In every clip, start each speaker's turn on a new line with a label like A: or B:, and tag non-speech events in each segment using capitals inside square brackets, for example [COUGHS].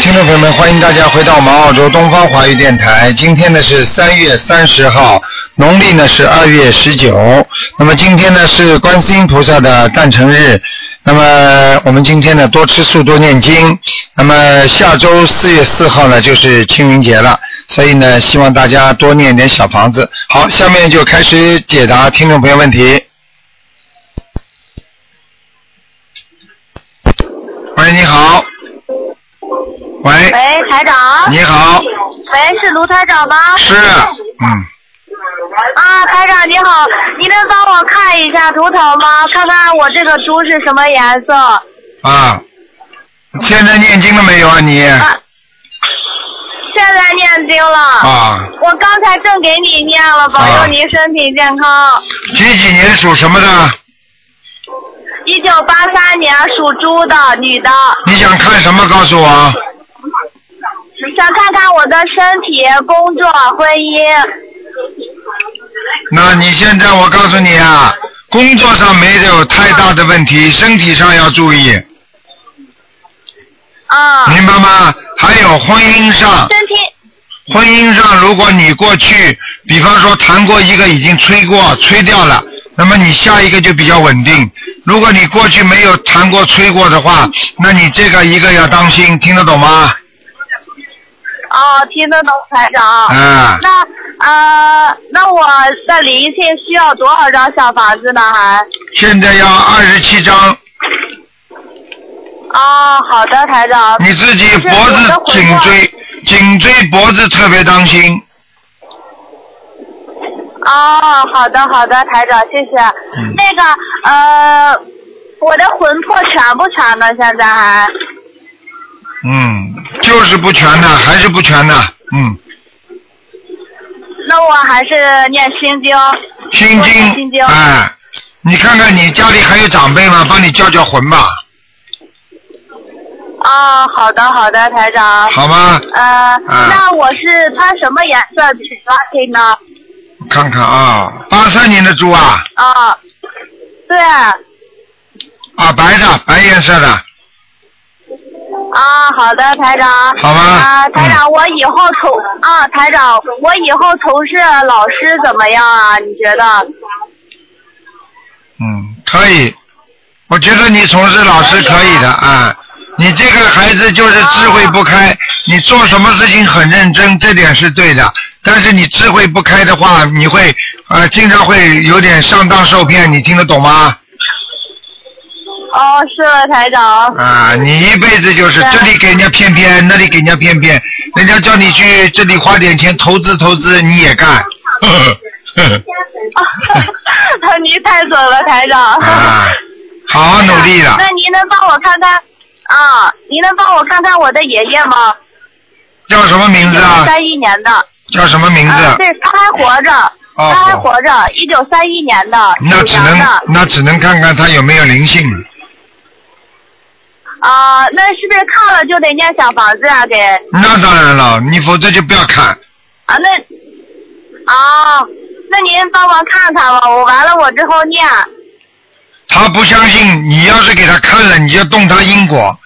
A: 听众朋友们，欢迎大家回到我们澳洲东方华语电台。今天呢是三月三十号，农历呢是二月十九。那么今天呢是观世音菩萨的诞辰日。那么我们今天呢多吃素，多念经。那么下周四月四号呢就是清明节了，所以呢希望大家多念点小房子。好，下面就开始解答听众朋友问题。喂，你好。喂，
B: 喂，台长。
A: 你好。
B: 喂，是卢台长吗？
A: 是，嗯，
B: 啊，台长你好，您能帮我看一下图腾吗？看看我这个猪是什么颜色？
A: 啊，现在念经了没有啊你？
B: 啊，现在念经了。
A: 啊，
B: 我刚才正给你念了，保
A: 啊
B: 佑您身体健康。
A: 几几年属什么的？
B: 一九八三年属猪的女的，
A: 你想看什么？告诉我。
B: 想看看我的身体、工作、婚姻。
A: 那你现在我告诉你啊，工作上没有太大的问题，身体上要注意，
B: 啊，
A: 明白吗？还有婚姻上，
B: 身体
A: 婚姻上，如果你过去，比方说谈过一个已经吹过，吹掉了，那么你下一个就比较稳定。如果你过去没有谈过、吹过的话，那你这个一个要当心，听得懂吗？
B: 哦，听得懂台长。
A: 啊，
B: 那呃，那我的灵性需要多少张小房子呢？还？
A: 现在要二十七章，
B: 哦，好的，台长。
A: 你自己脖
B: 是
A: 子
B: 我的、回
A: 颈
B: 报
A: 椎、颈椎、脖子特别当心。
B: 哦，好的，好的，台长，谢谢。
A: 嗯
B: 那个呃，我的魂魄全不全呢？现在还？
A: 嗯，就是不全的，还是不全的。嗯，
B: 那我还是念心经。
A: 心
B: 我
A: 经，
B: 念心经
A: 哎，你看看你家里还有长辈吗？帮你叫叫魂吧，
B: 哦，好的，好的，台长。
A: 好吗？
B: 呃，
A: 啊
B: 那我是穿什么颜色比较黑呢？
A: 看看啊，八三年的猪啊，
B: 啊、对，
A: 啊，白的，白颜色的，
B: 啊，好的，台长。
A: 好嗯吗
B: 啊，台长，我以后从啊，台长，我以后从事老师怎么样啊？你觉得？
A: 嗯，可以。我觉得你从事老师可以的啊，你这个孩子就是智慧不开，你做什么事情很认真，这点是对的。但是你智慧不开的话，你会呃经常会有点上当受骗，你听得懂吗？
B: 哦，是了，台长。
A: 啊，你一辈子就是啊
B: 对
A: 这里给人家骗骗，那里给人家骗骗，人家叫你去这里花点钱投资投资，你也 [LAUGHS] 干。
B: 啊， [LAUGHS] 您太准了，台长。
A: 嗯啊，好好努力了 [LAUGHS]
B: 那。您能帮我看看啊？您能帮我看看我的爷爷吗？
A: 叫什么名字啊？
B: 三一年的。
A: 叫什么名
B: 啊，
A: 字？
B: 对，他还活着。
A: 哦
B: 他还活着，一九三一年的，
A: 那只
B: 属羊
A: 能
B: 的
A: 那只能看看他有没有灵性了。
B: 啊、那是不是看了就得念小房子啊？给
A: 那当然了，你否则就不要看。
B: 啊，那啊，那您帮忙看看吧，我完了我之后念。
A: 他不相信，你要是给他看了，你就动他因果。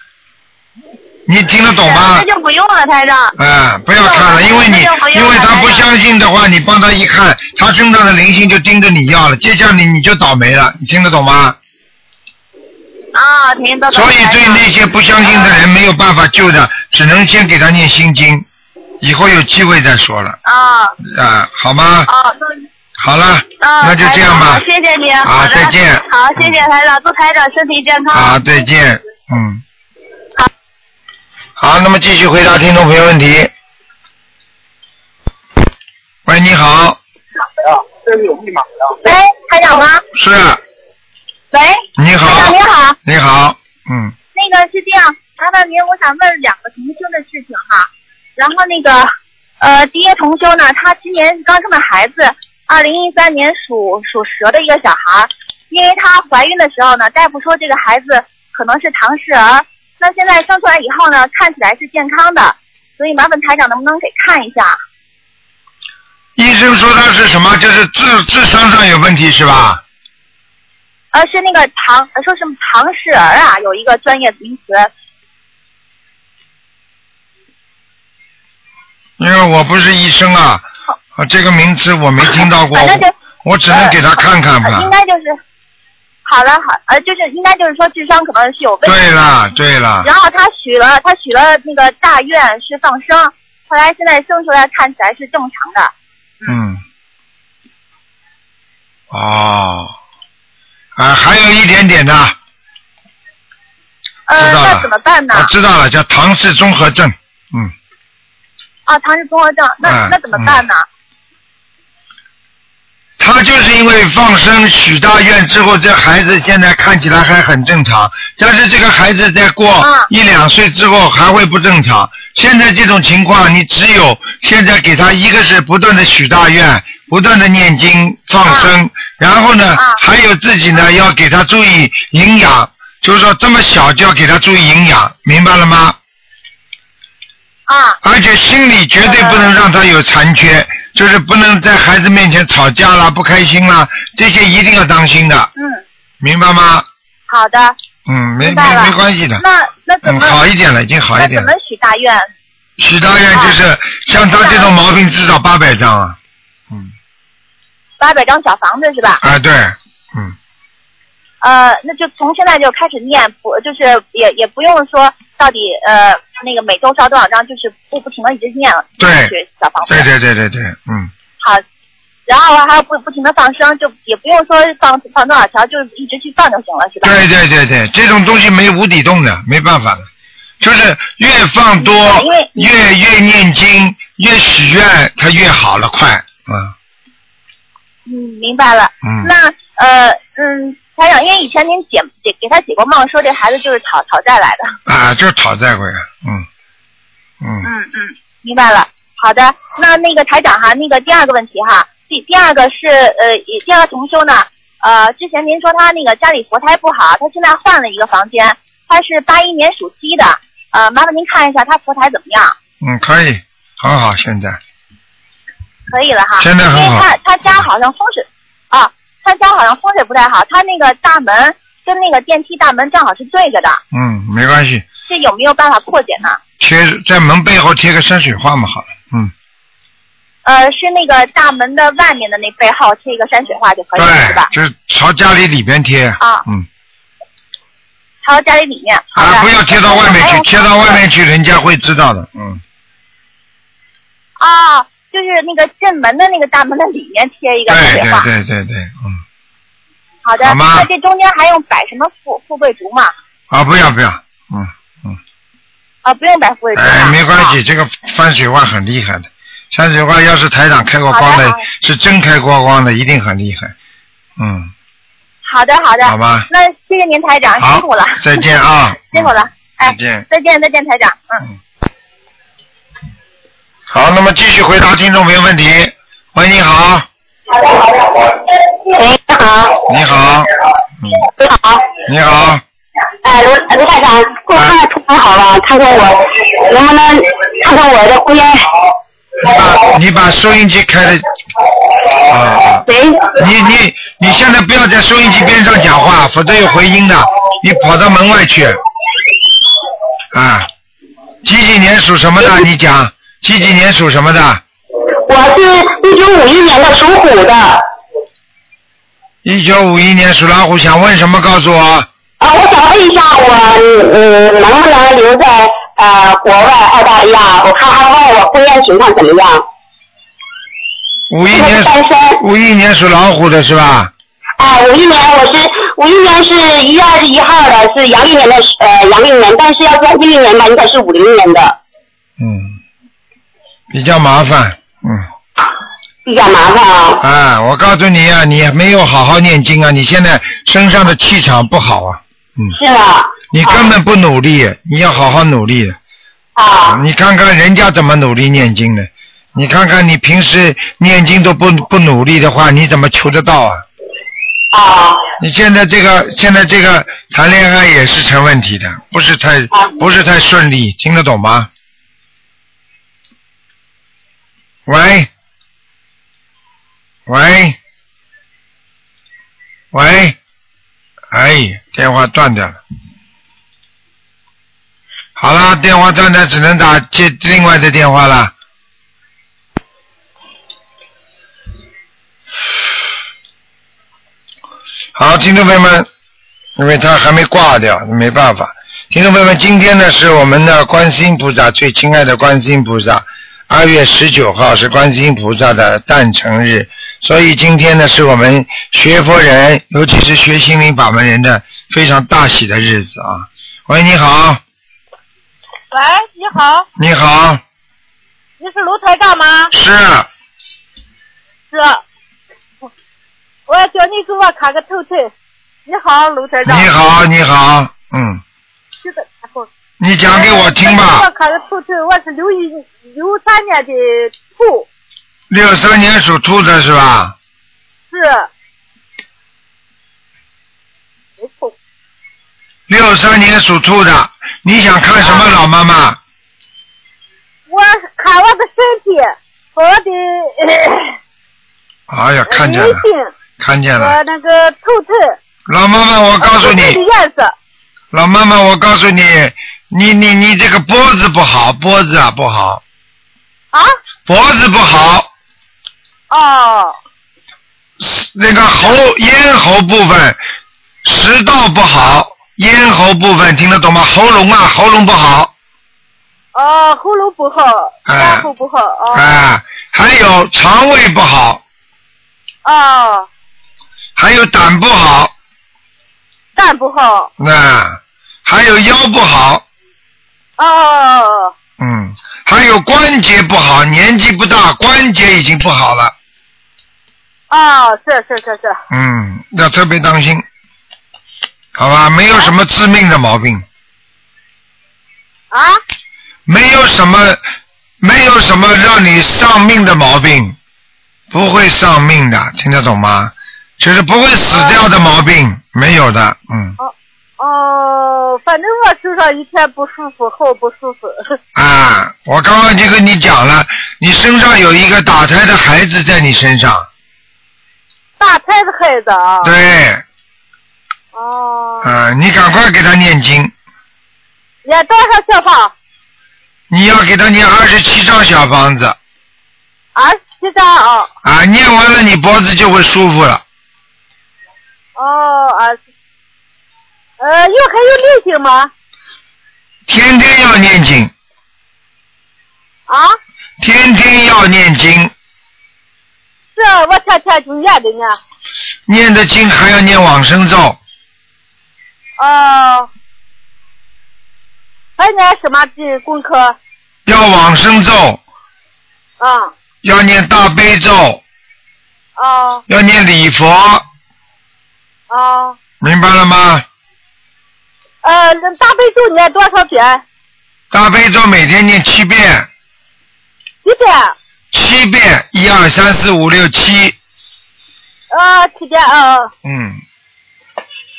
A: 你听得懂吗
B: 那？就不用了，台长。
A: 啊，不要看了，因为你
B: 那就不用了
A: 因为他不相信的话，你帮他一看，他身上的灵性就盯着你要了，接下来你你就倒霉了，你听得懂吗？
B: 啊，听得懂。
A: 所以
B: 台长
A: 对那些不相信的人没有办法救的，只能先给他念心经，以后有机会再说了
B: 啊
A: 啊，好吗？
B: 啊
A: 好了，
B: 啊，
A: 那就这样吧
B: 台长，谢谢您。
A: 啊
B: 好的
A: 再见
B: 好，谢谢台长，祝台长身体健康。
A: 啊，再见，嗯。好，那么继续回答听众朋友问题。喂，你好，
B: 喂，台长吗？
A: 是，啊
B: 喂，
A: 你
B: 台
A: 好
B: 长您，哎好，
A: 你好，嗯，
B: 那个是这样，麻烦您，我想问两个同修的事情哈。然后那个呃，第一同修呢，他今年刚生的孩子，二零一三年属属蛇的一个小孩儿，因为她怀孕的时候呢，大夫说这个孩子可能是唐氏儿，那现在生出来以后呢，看起来是健康的，所以麻烦台长能不能给看一下？
A: 医生说他是什么？就是智智商上有问题是吧？
B: 呃，是那个唐，呃说什么唐氏儿啊，有一个专业名词。
A: 因为我不是医生啊，啊这个名词我没听到过
B: 反，正就
A: 我只能给他看看吧
B: 呃。应该就是，好了好，呃，就是应该就是说智商可能是有问题。
A: 对啦，对啦，
B: 嗯然后他许了，他许了那个大愿是放生，后来现在生出来看起来是正常的。
A: 嗯，哦，啊，还有一点点的，
B: 呃，
A: 知道了
B: 那怎么办呢
A: 我？啊知道了，叫唐氏综合症，嗯，
B: 啊，唐氏综合症，那、
A: 嗯
B: 那怎么办呢？
A: 他就是因为放生许大愿之后，这孩子现在看起来还很正常，但是这个孩子在过
B: 嗯
A: 一两岁之后还会不正常。现在这种情况，你只有现在给他一个是不断的许大愿，不断的念经放生，然后呢
B: 嗯，
A: 还有自己呢要给他注意营养，就是说这么小就要给他注意营养，明白了吗？
B: 啊，
A: 而且心里绝对不能让他有残缺，就是不能在孩子面前吵架啦、不开心啦，这些一定要当心的，
B: 嗯，
A: 明白吗？
B: 好的，
A: 嗯，没
B: 明
A: 没
B: 白了
A: 没关系的，
B: 那那怎
A: 嗯，
B: 么、
A: 好一点了，已经好
B: 那
A: 一点
B: 怎
A: 了
B: 么。啊许大愿？
A: 许大愿就是像他这种毛病至少八百张啊，嗯，
B: 八百张小房子是吧？
A: 啊对，嗯，
B: 呃，那就从现在就开始念，不就是也也不用说到底呃那个每周烧多少张，就是不不停的一直念了，
A: 对
B: 就是小房子
A: 对。对对对对，嗯，
B: 好，然后还要不不停的放生，就也不用说放放多少条，就是一直去放就行了，是吧？
A: 对对对对，这种东西没无底洞的，没办法的，就是越放多
B: 因为，
A: 越越念经，越许愿，他越好了，快，啊，
B: 嗯，明白了。
A: 嗯。
B: 那呃嗯，台长，因为以前您解解给他解过梦，说这孩子就是讨讨债来的。
A: 啊，就是讨债鬼，嗯，嗯，
B: [LAUGHS] 嗯嗯，明白了。好的，那那个台长哈，那个第二个问题哈，第第二个是呃，也第二个同修呢，呃，之前您说他那个家里佛台不好，他现在换了一个房间，他是八一年属鸡的，呃，麻烦您看一下他佛台怎么样。
A: 嗯，可以，很好，现在，
B: 可以了哈。
A: 现在很好
B: 因为他他家好像风水啊，他家好像风水不太好，他那个大门跟那个电梯大门正好是对着的，
A: 嗯，没关系，
B: 这有没有办法破解呢？
A: 贴在门背后贴个山水画嘛，好了，嗯，
B: 呃，是那个大门的外面的那背后贴一个山水画就可以了，是吧
A: 对，？就是朝家里里边贴，
B: 啊
A: 嗯，
B: 还有家里里面。好的哎
A: 啊，不要贴到外面
B: 还有
A: 去，贴到外面去人家会知道的，嗯，
B: 啊，就是那个进门的那个大门的里面贴一个
A: 对
B: 山水画
A: 对。对对对，嗯，
B: 好的，
A: 好吗
B: 那这中间还用摆什么富富贵竹吗？
A: 啊，不要不要，嗯嗯，
B: 啊，不用摆富贵竹吗。
A: 哎，没关
B: 啊
A: 系，这个山水画很厉害的，山水画要是台长开过光
B: 好的
A: 的
B: 好的，
A: 是真开过光的，一定很厉害，嗯，
B: 好的，好的。
A: 好吧，
B: 那谢谢您，台长，
A: 好
B: 辛苦了。
A: 再见
B: [LAUGHS]
A: 啊
B: 辛苦了。哎，
A: 再见
B: 再见，再见，台长。嗯，
A: 好，那么继续回答听众朋友问题。喂，你好，
C: 喂，你好，
A: 你好，嗯，
C: 你好，
A: 你好，
C: 哎，卢卢太长，给我看看图腾好了，看看我能不能看看我的婚姻？
A: 你把你把收音机开了，啊啊，
C: 喂，
A: 你你你现在不要在收音机边上讲话，否则有回音的，你跑到门外去。啊，几几年属什么的？你讲，几几年属什么的？
C: 我是一九五一年的属虎的，啊，
A: 一九五一年属老虎，想问什么告诉我？
C: 我想问一下我嗯能不能留在呃国外澳大呃利亚？我看看问我婚姻情况怎么样？
A: 五一
C: 我
A: 年
C: 是单身，
A: 五一年属老虎的是吧？
C: 哎，五一年我是五一年是一月二十一号的，是阳历年的呃阳历年，但是要算阴历年吧，应该是五零年的，
A: 嗯，比较麻烦，嗯。
C: 比较麻烦啊。
A: 啊，我告诉你啊，你没有好好念经啊，你现在身上的气场不好啊，嗯，
C: 是吗？
A: 你根本不努力，啊你要好好努力。
C: 啊
A: 你看看人家怎么努力念经的，你看看你平时念经都不不努力的话，你怎么求得到啊？
C: 啊
A: 你现在这个现在这个谈恋爱也是成问题的，不是太
C: 啊
A: 不是太顺利，听得懂吗？喂，喂，喂，哎，电话断掉了。好啦，电话断掉，只能打接另外的电话了。好，听众朋友们，因为他还没挂掉，没办法。听众朋友们，今天呢是我们的观世音菩萨最亲爱的观世音菩萨，二月十九号是观世音菩萨的诞辰日，所以今天呢是我们学佛人，尤其是学心灵法门人的非常大喜的日子啊！喂，你好，
B: 喂，你好，
A: 你好，
B: 你是卢台长吗？
A: 是
B: 是，我我要叫你给我看个头疼。你好，卢台长。
A: 你。好，你好，嗯，
B: 是的，然后
A: 你讲给我听
B: 我
A: 吧。
B: 看哎个头疼，我是六一六三年的兔，
A: 六三年属兔的是吧？
B: 是。没错，
A: 六三年属兔的，你想看什么老妈妈？
B: 我看我的身体和我的
A: 哎呀，看见
B: 眉
A: 了，
B: 心
A: 看见了。
B: 和那个头疼，
A: 老妈妈，我告诉你
B: 头，疼的颜色。
A: 老妈妈，我告诉你，你你你这个脖子不好，脖子啊不好，
B: 啊？
A: 脖子不好，
B: 哦，
A: 那个喉咽喉部分，食道不好，咽喉部分听得懂吗？喉咙啊，喉咙不好，
B: 哦，喉咙不好，
A: 哎
B: 咽喉不好，
A: 哎、
B: 哦，
A: 还有肠胃不好，
B: 哦，
A: 还有胆不好，
B: 肝不好，
A: 那、还有腰不好，
B: 哦，
A: 嗯，还有关节不好，年纪不大，关节已经不好了，
B: 哦，是是是是，
A: 嗯，要特别当心，好吧？没有什么致命的毛病，
B: 啊，
A: 没有什么，没有什么让你丧命的毛病，不会丧命的，听得懂吗？就是不会死掉的毛病，没有的，嗯，
B: 哦，反正我手上一天不舒服，后不舒服， [LAUGHS]
A: 啊，我刚刚就跟你讲了，你身上有一个打胎的孩子在你身上，
B: 大胎的孩子啊，
A: 对，
B: 哦，
A: 啊，你赶快给他念经，
B: 也多少小房？
A: 你要给他念二十七张小房子，
B: 二十七张啊，
A: 啊，念完了你脖子就会舒服了。
B: 哦，二十，呃，有还有灵性吗？
A: 天天要念经，
B: 啊，
A: 天天要念经，
B: 是我天天就念的呢，
A: 念的经还要念往生咒，
B: 哦，还念什么的功课？
A: 要往生咒，
B: 啊、
A: 要念大悲咒，
B: 哦
A: 要念礼佛，
B: 哦，
A: 明白了吗？
B: 呃，那大悲咒念多少遍？
A: 大悲咒每天念七遍，
B: 几遍？
A: 七遍，一二三四五六七，
B: 呃，七遍啊、呃，
A: 嗯，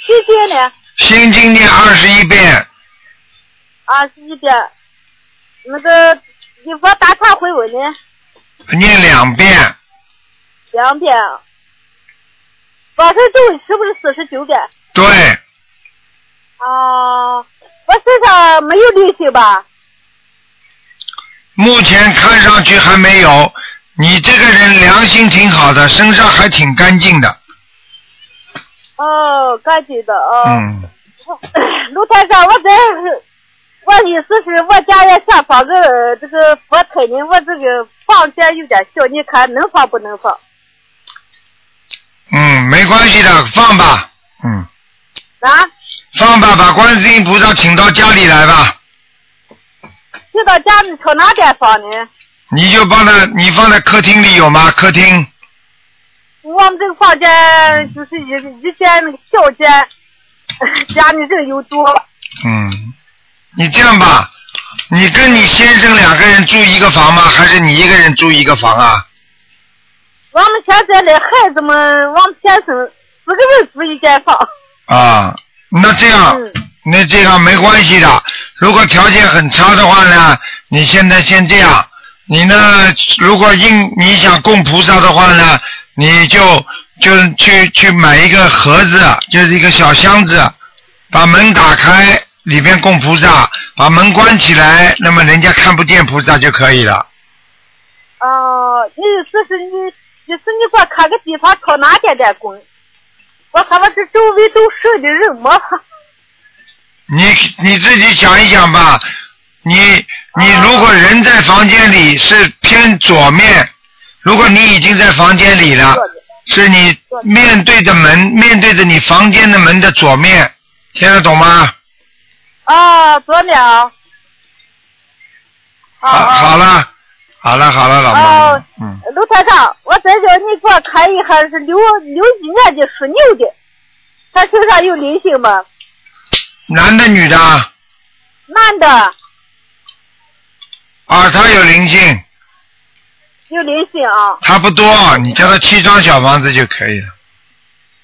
B: 七遍呢？
A: 心经念二十一遍，
B: 二十啊一遍。那个你佛大忏悔文呢？
A: 念两遍，
B: 两遍。往生咒是不是四十九遍？
A: 对，
B: 啊、我身上没有灵性吧？
A: 目前看上去还没有。你这个人良心挺好的，身上还挺干净的，
B: 哦，干净的哦。
A: 嗯。
B: [LAUGHS] 卢台长，我这我意思是我家也想放个这个佛台呢，我这个房间有点小，你看能放不能放？
A: 嗯，没关系的，放吧，嗯，
B: 啊，
A: 放吧，把观世音菩萨请到家里来吧，
B: 就到家里朝哪边放呢？
A: 你就放在你放在客厅里有吗？客厅
B: 我们这个房间就是一一间那个小间， [LAUGHS] 家里人又多，
A: 嗯，你这样吧，你跟你先生两个人住一个房吗？还是你一个人住一个房啊？
B: 我们现在的孩子们，我们先生四个人住一间房。
A: 啊，那这样，
B: 嗯
A: 那这样没关系的。如果条件很差的话呢，你现在先这样。你呢，如果应你想供菩萨的话呢，你就就去去买一个盒子，就是一个小箱子，把门打开，里边供菩萨，把门关起来，那么人家看不见菩萨就可以了。
B: 哦、你意思是你，意思你给我看个地方朝哪边边供？我看我这周围都是的人嘛。
A: 你你自己想一想吧，你你如果人在房间里是偏左面，如果你已经在房间里了，是你面对着门，面对着你房间的门的左面，听得懂吗？
B: 啊，左面啊。啊
A: 好，好了，好了，好了，老
B: 哦
A: 妈，，嗯，
B: 卢台长，我再叫你给我看一下是六六几年的属牛的，他身上有灵性吗？
A: 男的女的啊，
B: 男的
A: 啊，他有灵性，
B: 有灵性啊，
A: 他不多，你叫他七张小房子就可以了，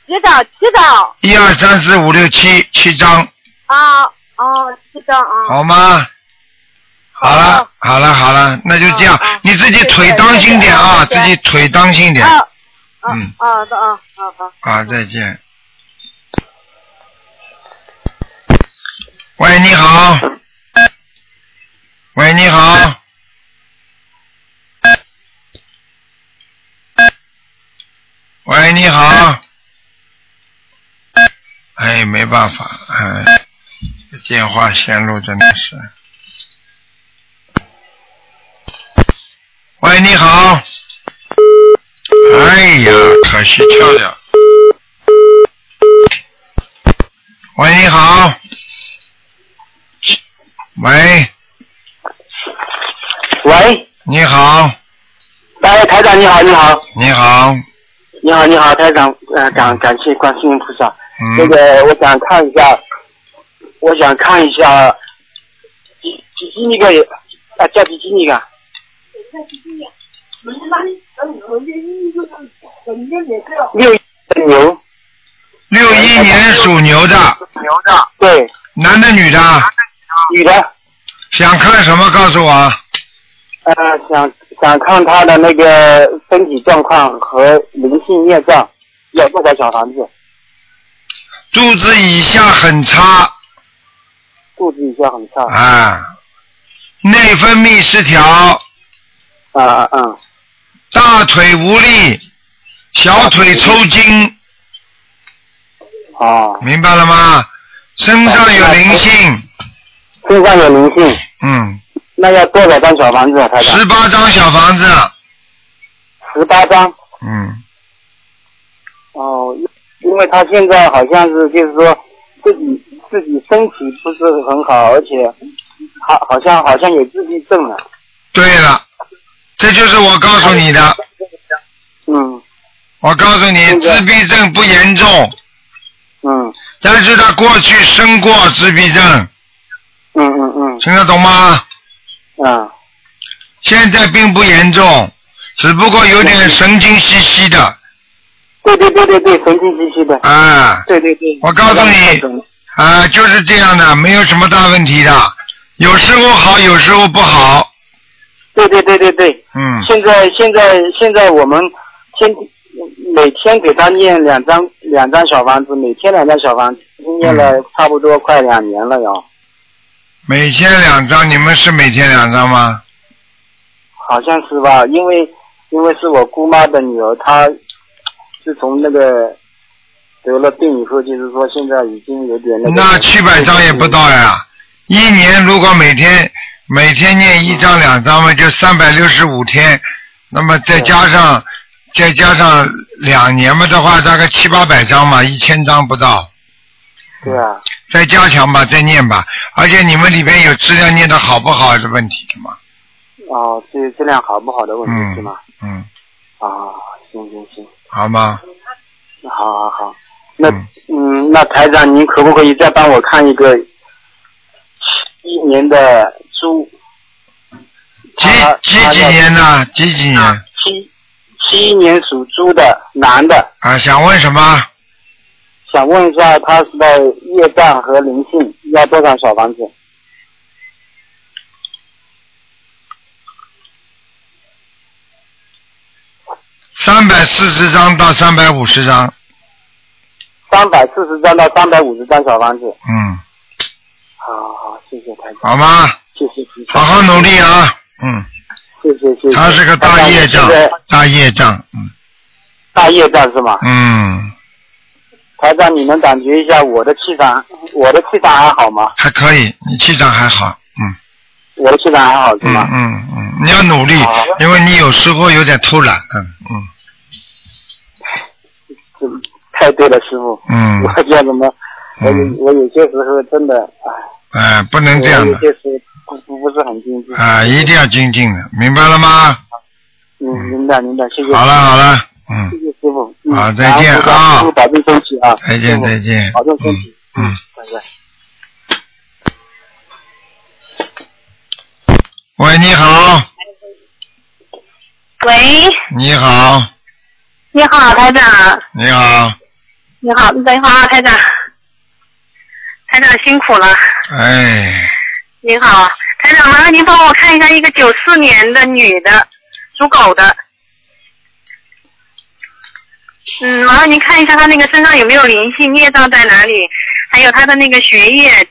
B: 几张？七张
A: 一二三四五六七，七张，
B: 啊，哦，七张啊。
A: 好吗？好了，好了，好了，那就这样
B: 嗯嗯，
A: 你自己腿当心点啊，
B: 对
A: 自
B: 对
A: 己
B: 对
A: 腿当心点
B: 啊，啊
A: 嗯
B: 啊啊啊啊！
A: 啊，再见。喂，你好。喂，你好。喂，你好。哎，没办法，哎，这电话线路真的是。喂，你好。哎呀，可惜跳掉。喂，你好。喂，
D: 喂，
A: 你好，
D: 哎，台长你好，你好，
A: 你好，
D: 你好，你好，台长，呃，感感谢观世音菩萨。
A: 嗯，
D: 那个，我想看一下，我想看一下，几几几那个，啊，叫几几那个，六一的牛，
A: 六一年属牛的，
D: 牛的，对，
A: 男的女的，
D: 女的，
A: 想看什么告诉我？
D: 呃，想想看她的那个身体状况和灵性业障，要多少小房子？
A: 肚子以下很差
D: 肚子以下很差，
A: 啊，内分泌失调，
D: 啊啊啊，
A: 大腿无力，小腿抽筋，
D: 哦，
A: 明白了吗？身上有灵性，
D: 身上有灵性，
A: 嗯，
D: 那要多少张小房子啊，台长？
A: 十八张小房子，
D: 十八张。
A: 嗯，
D: 哦，因为他现在好像是就是说自己自己身体不是很好，而且好好像好像有自闭症啊了。
A: 对了，这就是我告诉你的，
D: 嗯
A: 我告诉你，
D: 那个
A: 自闭症不严重，
D: 嗯
A: 但是他过去生过自闭症，
D: 嗯嗯嗯
A: 听得懂吗？
D: 嗯
A: 现在并不严重，只不过有点神经兮兮的，
D: 对对对对对，神经兮兮的。
A: 啊
D: 对对对。
A: 我告诉你啊，就是这样的，没有什么大问题的，有时候好，有时候不好，
D: 对对对对对，
A: 嗯，
D: 现在现在现在我们天每天给他念两张两张小房子，每天两张小房子，已经念
A: 嗯
D: 了差不多快两年了哟，
A: 每天两张，你们是每天两张吗？
D: 好像是吧？因为因为是我姑妈的女儿，她自从那个得了病以后，就是说现在已经有点那个。
A: 那七百张也不到呀，一年如果每天每天念一张两张嘛，就三百六十五天，那么再加上再加上两年嘛的话，大概七八百张嘛，一千张不到，
D: 对啊，
A: 再加强吧，再念吧。而且你们里边有质量念的好不好的问题的嘛，
D: 哦，这质量好不好的问题、
A: 嗯
D: 是吗？
A: 嗯，
D: 啊，行行行，
A: 好吗？
D: 好好好。那
A: 嗯
D: 嗯那台长，您可不可以再帮我看一个一年的猪？
A: 几
D: 他
A: 几
D: 他
A: 几
D: 要
A: 年呢？几几年？
D: 啊七七一年属猪的男的，
A: 啊，想问什么？
D: 想问一下他的业障和灵性要多少小房子？
A: 三百四十张到三百五十张，
D: 三百四十张到三百五十张小房子。
A: 嗯，
D: 好好好，谢谢台长，
A: 好吗？
D: 谢谢谢谢
A: 好好努力啊，嗯。
D: 谢谢谢谢。
A: 他是个大业障
D: 台长你现在，
A: 大业障，嗯
D: 大业障是吗？
A: 嗯，
D: 台长，你能感觉一下我的气场，我的气场还好吗？
A: 还可以，你气场还好，嗯
D: 我的气场还好是
A: 嗯
D: 吗？
A: 嗯嗯，你要努力
D: 好，
A: 因为你有时候有点偷懒，嗯嗯
D: 嗯，太对了，师傅。
A: 嗯，
D: [LAUGHS] 我要怎么？我有
A: 嗯
D: 我有些时候真的，唉，
A: 哎、不能这样
D: 我有
A: 的
D: 些时候不不不是很精致。
A: 啊、一定要精进的，明白了吗？
D: 嗯，明白明白，谢谢。
A: 好了好了，
D: 谢
A: 嗯，
D: 谢师傅。嗯
A: 好再见啊
D: 然后师傅保重身体啊！
A: 再见再见
D: 师傅保重身体。
A: 嗯嗯，
D: 拜拜。
A: 喂，你好，
E: 喂，
A: 你好，
E: 你好，台长。
A: 你好，
E: 你好，你等一会儿啊，台长。台长辛苦了。
A: 哎，
E: 您好，台长，麻烦您帮我看一下一个九四年的女的，属狗的。嗯，麻烦您看一下她那个身上有没有灵性，孽障在哪里，还有她的那个学业。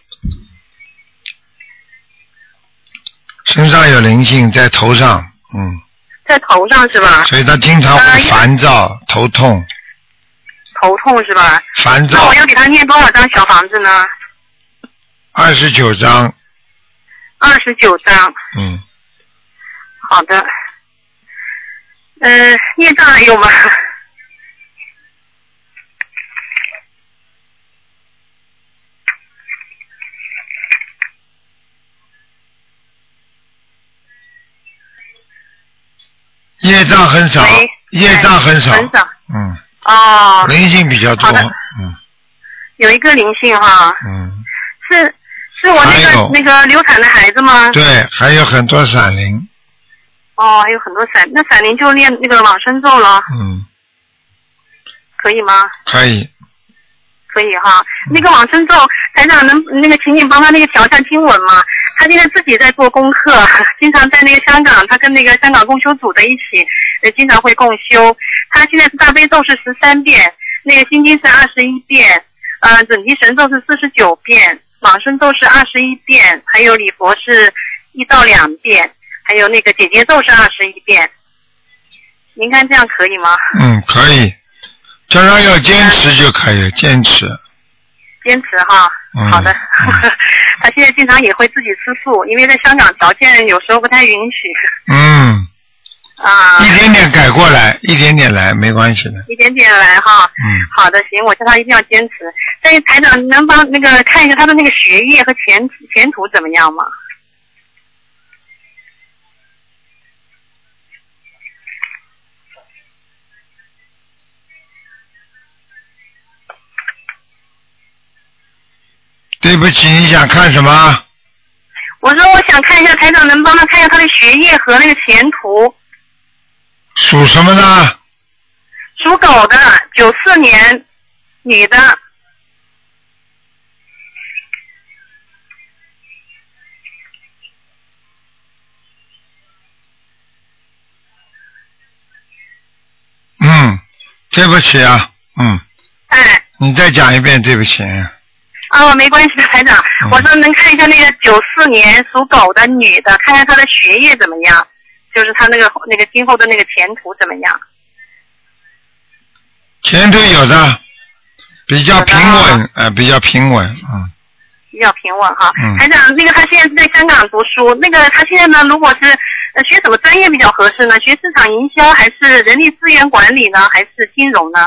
A: 身上有灵性在头上，嗯，
E: 在头上是吧？
A: 所以他经常
E: 啊
A: 会
E: 因为
A: 烦躁、头痛、
E: 头痛是吧？
A: 烦
E: 那
A: 躁
E: 我，要给她念多少张小房子呢？
A: 二十九章，
E: 二十九张。
A: 嗯，
E: 好的。嗯、孽障还有吗？
A: 业障很少
E: 喂，
A: 业障很少，
E: 哎很少。
A: 嗯，
E: 哦，
A: 灵性比较多，
E: 好的
A: 嗯
E: 有一个灵性哈，
A: 嗯，
E: 是是我那
A: 还有
E: 个那个流产的孩子吗？
A: 对，还有很多闪灵，
E: 哦，还有很多闪，那闪灵就念那个往生咒了，
A: 嗯，
E: 可以吗？
A: 可以，
E: 可以哈。那个往生咒，台长能那个，请你帮他那个调一下经文嘛。他现在自己在做功课， [LAUGHS] 经常在那个香港，他跟那个香港共修组在一起，呃，经常会共修。他现在是大悲咒是十三遍，那个心经是二十一遍，呃，准提神咒是四十九遍，往生咒是二十一遍，还有礼佛是一到两遍，还有那个姐姐咒是二十一遍。您看这样可以吗？
A: 嗯，可以，叫他要坚持就可以，坚持，
E: 坚持哈，
A: 嗯
E: 好的 [LAUGHS]
A: 嗯。
E: 他现在经常也会自己吃素，因为在香港条件有时候不太允许
A: 嗯，
E: 啊。
A: 一点点改过来，一点点来，没关系的，
E: 一点点来哈。
A: 嗯。
E: 好的，行，我叫他一定要坚持。但是台长，你能帮那个看一下他的那个学业和前前途怎么样吗？
A: 对不起，你想看什么？
E: 我说我想看一下台长能帮他看一下他的学业和那个前途。
A: 属什么呢？
E: 属狗的，九四年，女的，
A: 嗯，对不起啊，嗯，
E: 哎。
A: 你再讲一遍，对不起。啊
E: 哦，没关系的，台长。
A: 嗯
E: 我说能看一下那个九四年属狗的女的，看看她的学业怎么样，就是她那个那个今后的那个前途怎么样？
A: 前途有的，比较平
E: 有
A: 稳，呃，比较平稳，嗯，
E: 比较平稳哈。
A: 嗯
E: 台长，那个她现在是在香港读书，那个她现在呢，如果是呃学什么专业比较合适呢？学市场营销还是人力资源管理呢？还是金融呢？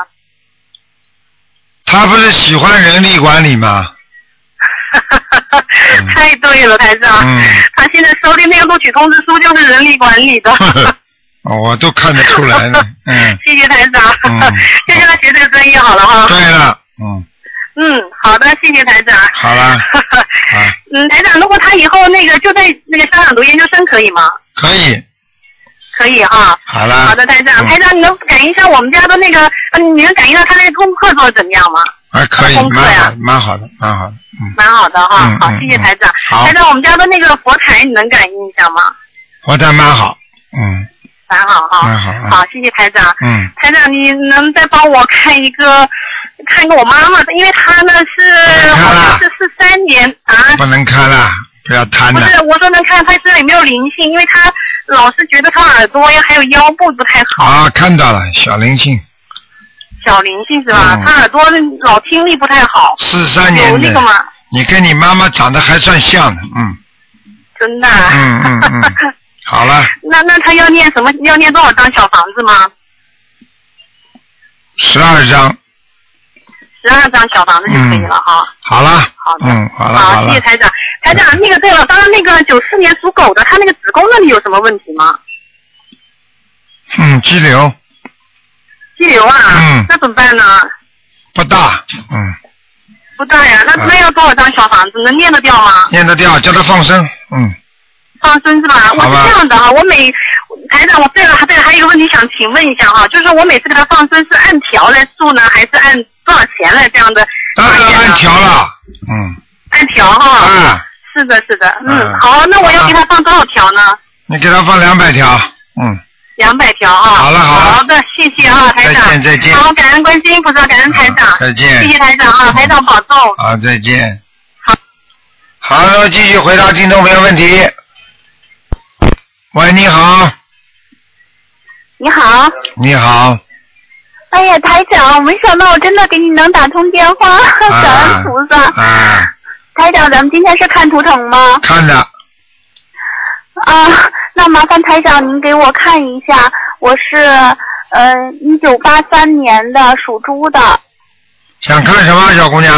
A: 他不是喜欢人力管理
E: [LAUGHS]
A: 吗？
E: 太对了，台长。
A: 嗯
E: 她现在手里那个录取通知书就是人力管理的。
A: [LAUGHS] 哦我都看得出
E: [LAUGHS]
A: 来了，嗯，
E: 谢谢台长 [LAUGHS]
A: 嗯，
E: 就让她学这个专业好了哈。
A: 对了，嗯，
E: 嗯，好的，谢谢台长。 [LAUGHS]
A: 好啦，啊，
E: 嗯，台长，如果他以后那个就在那个香港读研究生，可以吗？
A: 可以，
E: 可以哈。
A: 好啦，
E: 好的，台长，
A: 嗯
E: 台长，你能感应一下我们家的那个，呃，你能感应到他那个功课做的怎么样吗？
A: 还啊可以，
E: 功课
A: 蛮
E: 呀
A: 好的，蛮好的，蛮好的，嗯，
E: 蛮好的哈，
A: 嗯
E: 好，
A: 嗯
E: 谢谢
A: 嗯
E: 台长。
A: 好
E: 台长，我们家的哎那个佛台，你能感应一下吗？
A: 活得蛮好，嗯
E: 蛮好哈。
A: 蛮好嗯
E: 好，谢谢台长。
A: 嗯，
E: 台长，你能再帮我看一个，看一个我妈妈的，因为她呢是
A: 能看
E: 好
A: 了
E: 像是四三年啊，
A: 不能看啦，不要贪
E: 不
A: 了，
E: 是，我说能看他身上有没有灵性，因为他老是觉得他耳朵呀还有腰部不太好。
A: 啊，看到了，小灵性，
F: 小灵性是吧？
A: 嗯
F: 他耳朵老听力不太好，
A: 四三年
F: 有那
A: 的
F: 个，吗？
A: 你跟你妈妈长得还算像的，嗯
F: 真的。
A: 嗯嗯嗯，好了，
F: [LAUGHS] 那那他要念什么？要念多少张小房子吗？
A: 十二张，
F: 十二张小房子就可以了哈。
A: 好了
F: 好，的
A: 嗯，好了好
F: 谢
A: 了嗯
F: 谢，台长。台长，那个对了，刚刚那个九四年属狗的，他那个子宫那里有什么问题吗？
A: 嗯，肌瘤
F: 肌瘤啊？
A: 嗯
F: 那怎么办呢？
A: 不大，嗯，
F: 不大呀，那
A: 啊
F: 那要多少张小房子？能念得掉吗？
A: 念得掉，叫他放生，嗯，
F: 放生是吧？我
A: 好
F: 是
A: 吧
F: 这样的哈，我每台长，我对了，对了，还有一个问题想请问一下哈，就是我每次给他放生是按条来做呢，还是按多少钱来这样的？
A: 当然要按条了，嗯，
F: 按条哈。
A: 啊，
F: 是的，是的，
A: 嗯
F: 嗯，好，那我要给他放多少条呢？
A: 你给他放两百条，嗯，
F: 两百条啊。
A: 好了好了
F: 好的，谢谢啊，台长。
A: 再见再见
F: 好，感恩观世音菩萨，感恩台
A: 啊
F: 长。
A: 再见嗯
F: 谢谢台长啊，台长保重。
A: 好，再见。
F: 好，
A: 好，那么继续回答听众朋友问题。喂，你好，
E: 你好，
A: 你好，
E: 哎呀，台长，没想到我真的给你能打通电话，
A: 嗯
F: [LAUGHS]
E: 感恩菩萨。
A: 啊，
E: 台长，咱们今天是看图腾吗？
A: 看的，
E: 啊，那麻烦台长您给我看一下，我是呃一九八三年的属猪的
A: 想看什么，小姑娘？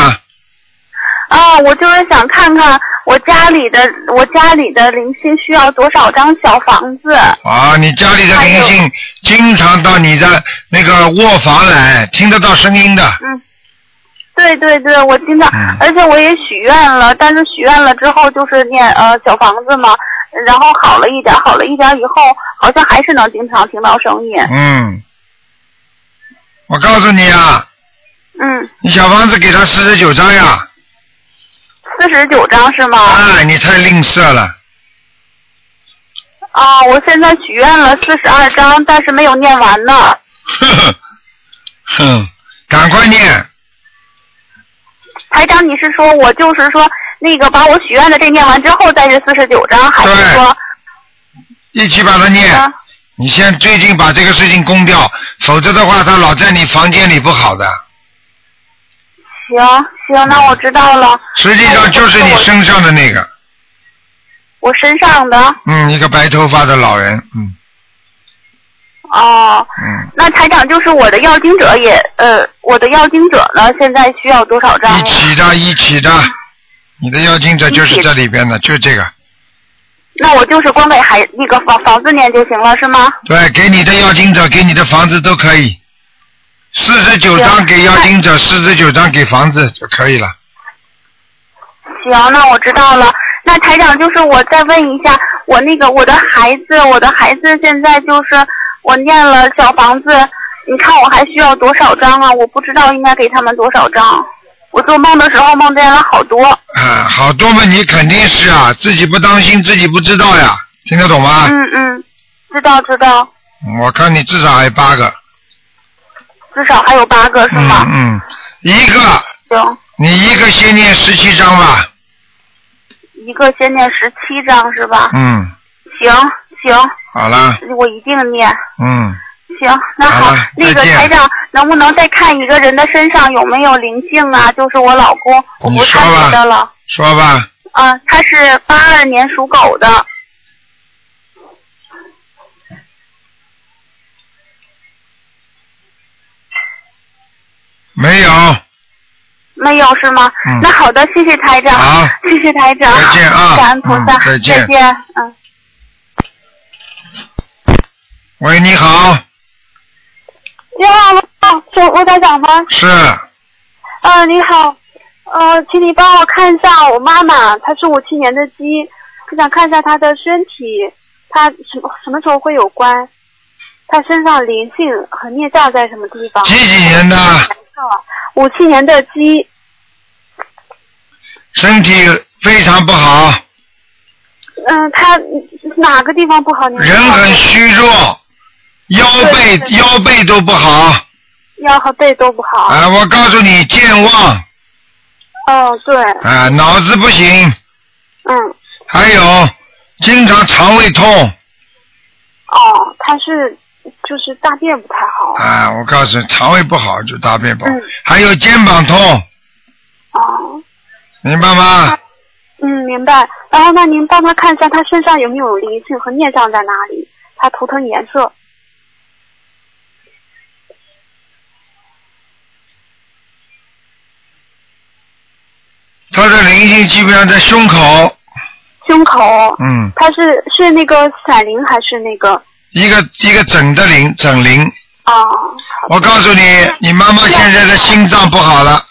E: 啊，我就是想看看我家里的我家里的灵性需要多少张小房子。
A: 啊，你家里的灵性经常到你的那个卧房来，听得到声音的。
E: 对对对，我经常
A: 嗯，
E: 而且我也许愿了，但是许愿了之后就是念呃小房子嘛，然后好了一点，好了一点以后，好像还是能经常听到声音。
A: 嗯，我告诉你啊，
E: 嗯，
A: 你小房子给他四十九张呀，
E: 四十九张是吗？
A: 哎，你太吝啬了。
E: 啊，我现在许愿了四十二章，但是没有念完呢。
A: 哼，哼，赶快念，
E: 台长，你是说我就是说那个把我许愿的这念完之后再是四十九章，还是说
A: 一起把它念
E: 啊。
A: 你先最近把这个事情攻掉，否则的话，他老在你房间里不好的。
E: 行行，那我知道了，
A: 实际上就是你身上的那个，
E: 我身上的
A: 嗯，一个白头发的老人，嗯
E: 哦。
A: 嗯，
E: 那台长就是我的要经者也呃，我的要经者呢，现在需要多少张
A: 一
E: 呀？
A: 起的，一起的，你的妖精者就是这里边的，就这个，
E: 那我就是光给孩那个房房子念就行了，是吗？
A: 对，给你的妖精者，给你的房子都可以，四十九张给妖精者，四十九张给房子就可以了。
E: 行，那我知道了。那台长，就是我再问一下，我那个我的孩子，我的孩子现在就是我念了小房子，你看我还需要多少张啊？我不知道应该给他们多少张。我做梦的时候梦见了好多。
A: 啊，好多嘛，你肯定是啊，自己不当心，自己不知道呀，听得懂吗？
E: 嗯嗯，知道知道，
A: 我看你至少还有八个，
E: 至少还有八个是
A: 嗯
E: 吗？
A: 嗯，一个，
E: 行，
A: 你一个先念十七章吧，
E: 一个先念十七张是吧？
A: 嗯，
E: 行行，
A: 好了，
E: 我一定念。
A: 嗯，
E: 行，那
A: 好
E: 好
A: 了，
E: 那个
A: 再见
E: 台长，能不能再看一个人的身上有没有灵性啊？就是我老公，我
A: 你
E: 不
A: 说
E: 看
A: 吧
E: 别的了。
A: 说吧，
E: 啊、他是八二年属狗的，
A: 没有，
E: 没有是吗？
A: 嗯
E: 那好的，谢谢台长，
A: 好
E: 谢谢台长，
A: 再见啊
E: 感恩菩萨，
A: 嗯再见
E: 再见，嗯。
A: 喂，你好，
B: 你好，罗是罗台长吗？
A: 是，
B: 呃，你好，呃，请你帮我看一下我妈妈，她是五七年的鸡，我想看一下她的身体，她什么什么时候会有关？她身上灵性和孽障在什么地方？
A: 几几年的，
B: 五七年的鸡，
A: 身体非常不好，
B: 嗯、她哪个地方不好？你知道
A: 人
B: 吗
A: 很虚弱，腰背腰背都不好，
B: 腰和背都不好。
A: 啊，我告诉你，健忘，
B: 哦，对，
A: 啊，脑子不行，
B: 嗯，
A: 还有经常肠胃痛，
B: 哦，她是
G: 就是大便不太好。
A: 啊，我告诉你，肠胃不好就大便不好，还有肩膀痛，啊
G: 哦，
A: 明白吗？
G: 嗯，明白。然后那您帮他看一下他身上有没有灵性和孽障在哪里，他图腾颜色。
A: 他的灵性基本上在胸口，
G: 胸口，
A: 嗯，
G: 他是是那个闪灵还是那个？
A: 一个一个整的灵，整灵。
G: 哦，
A: 我告诉你，你妈妈现在的心脏不好了，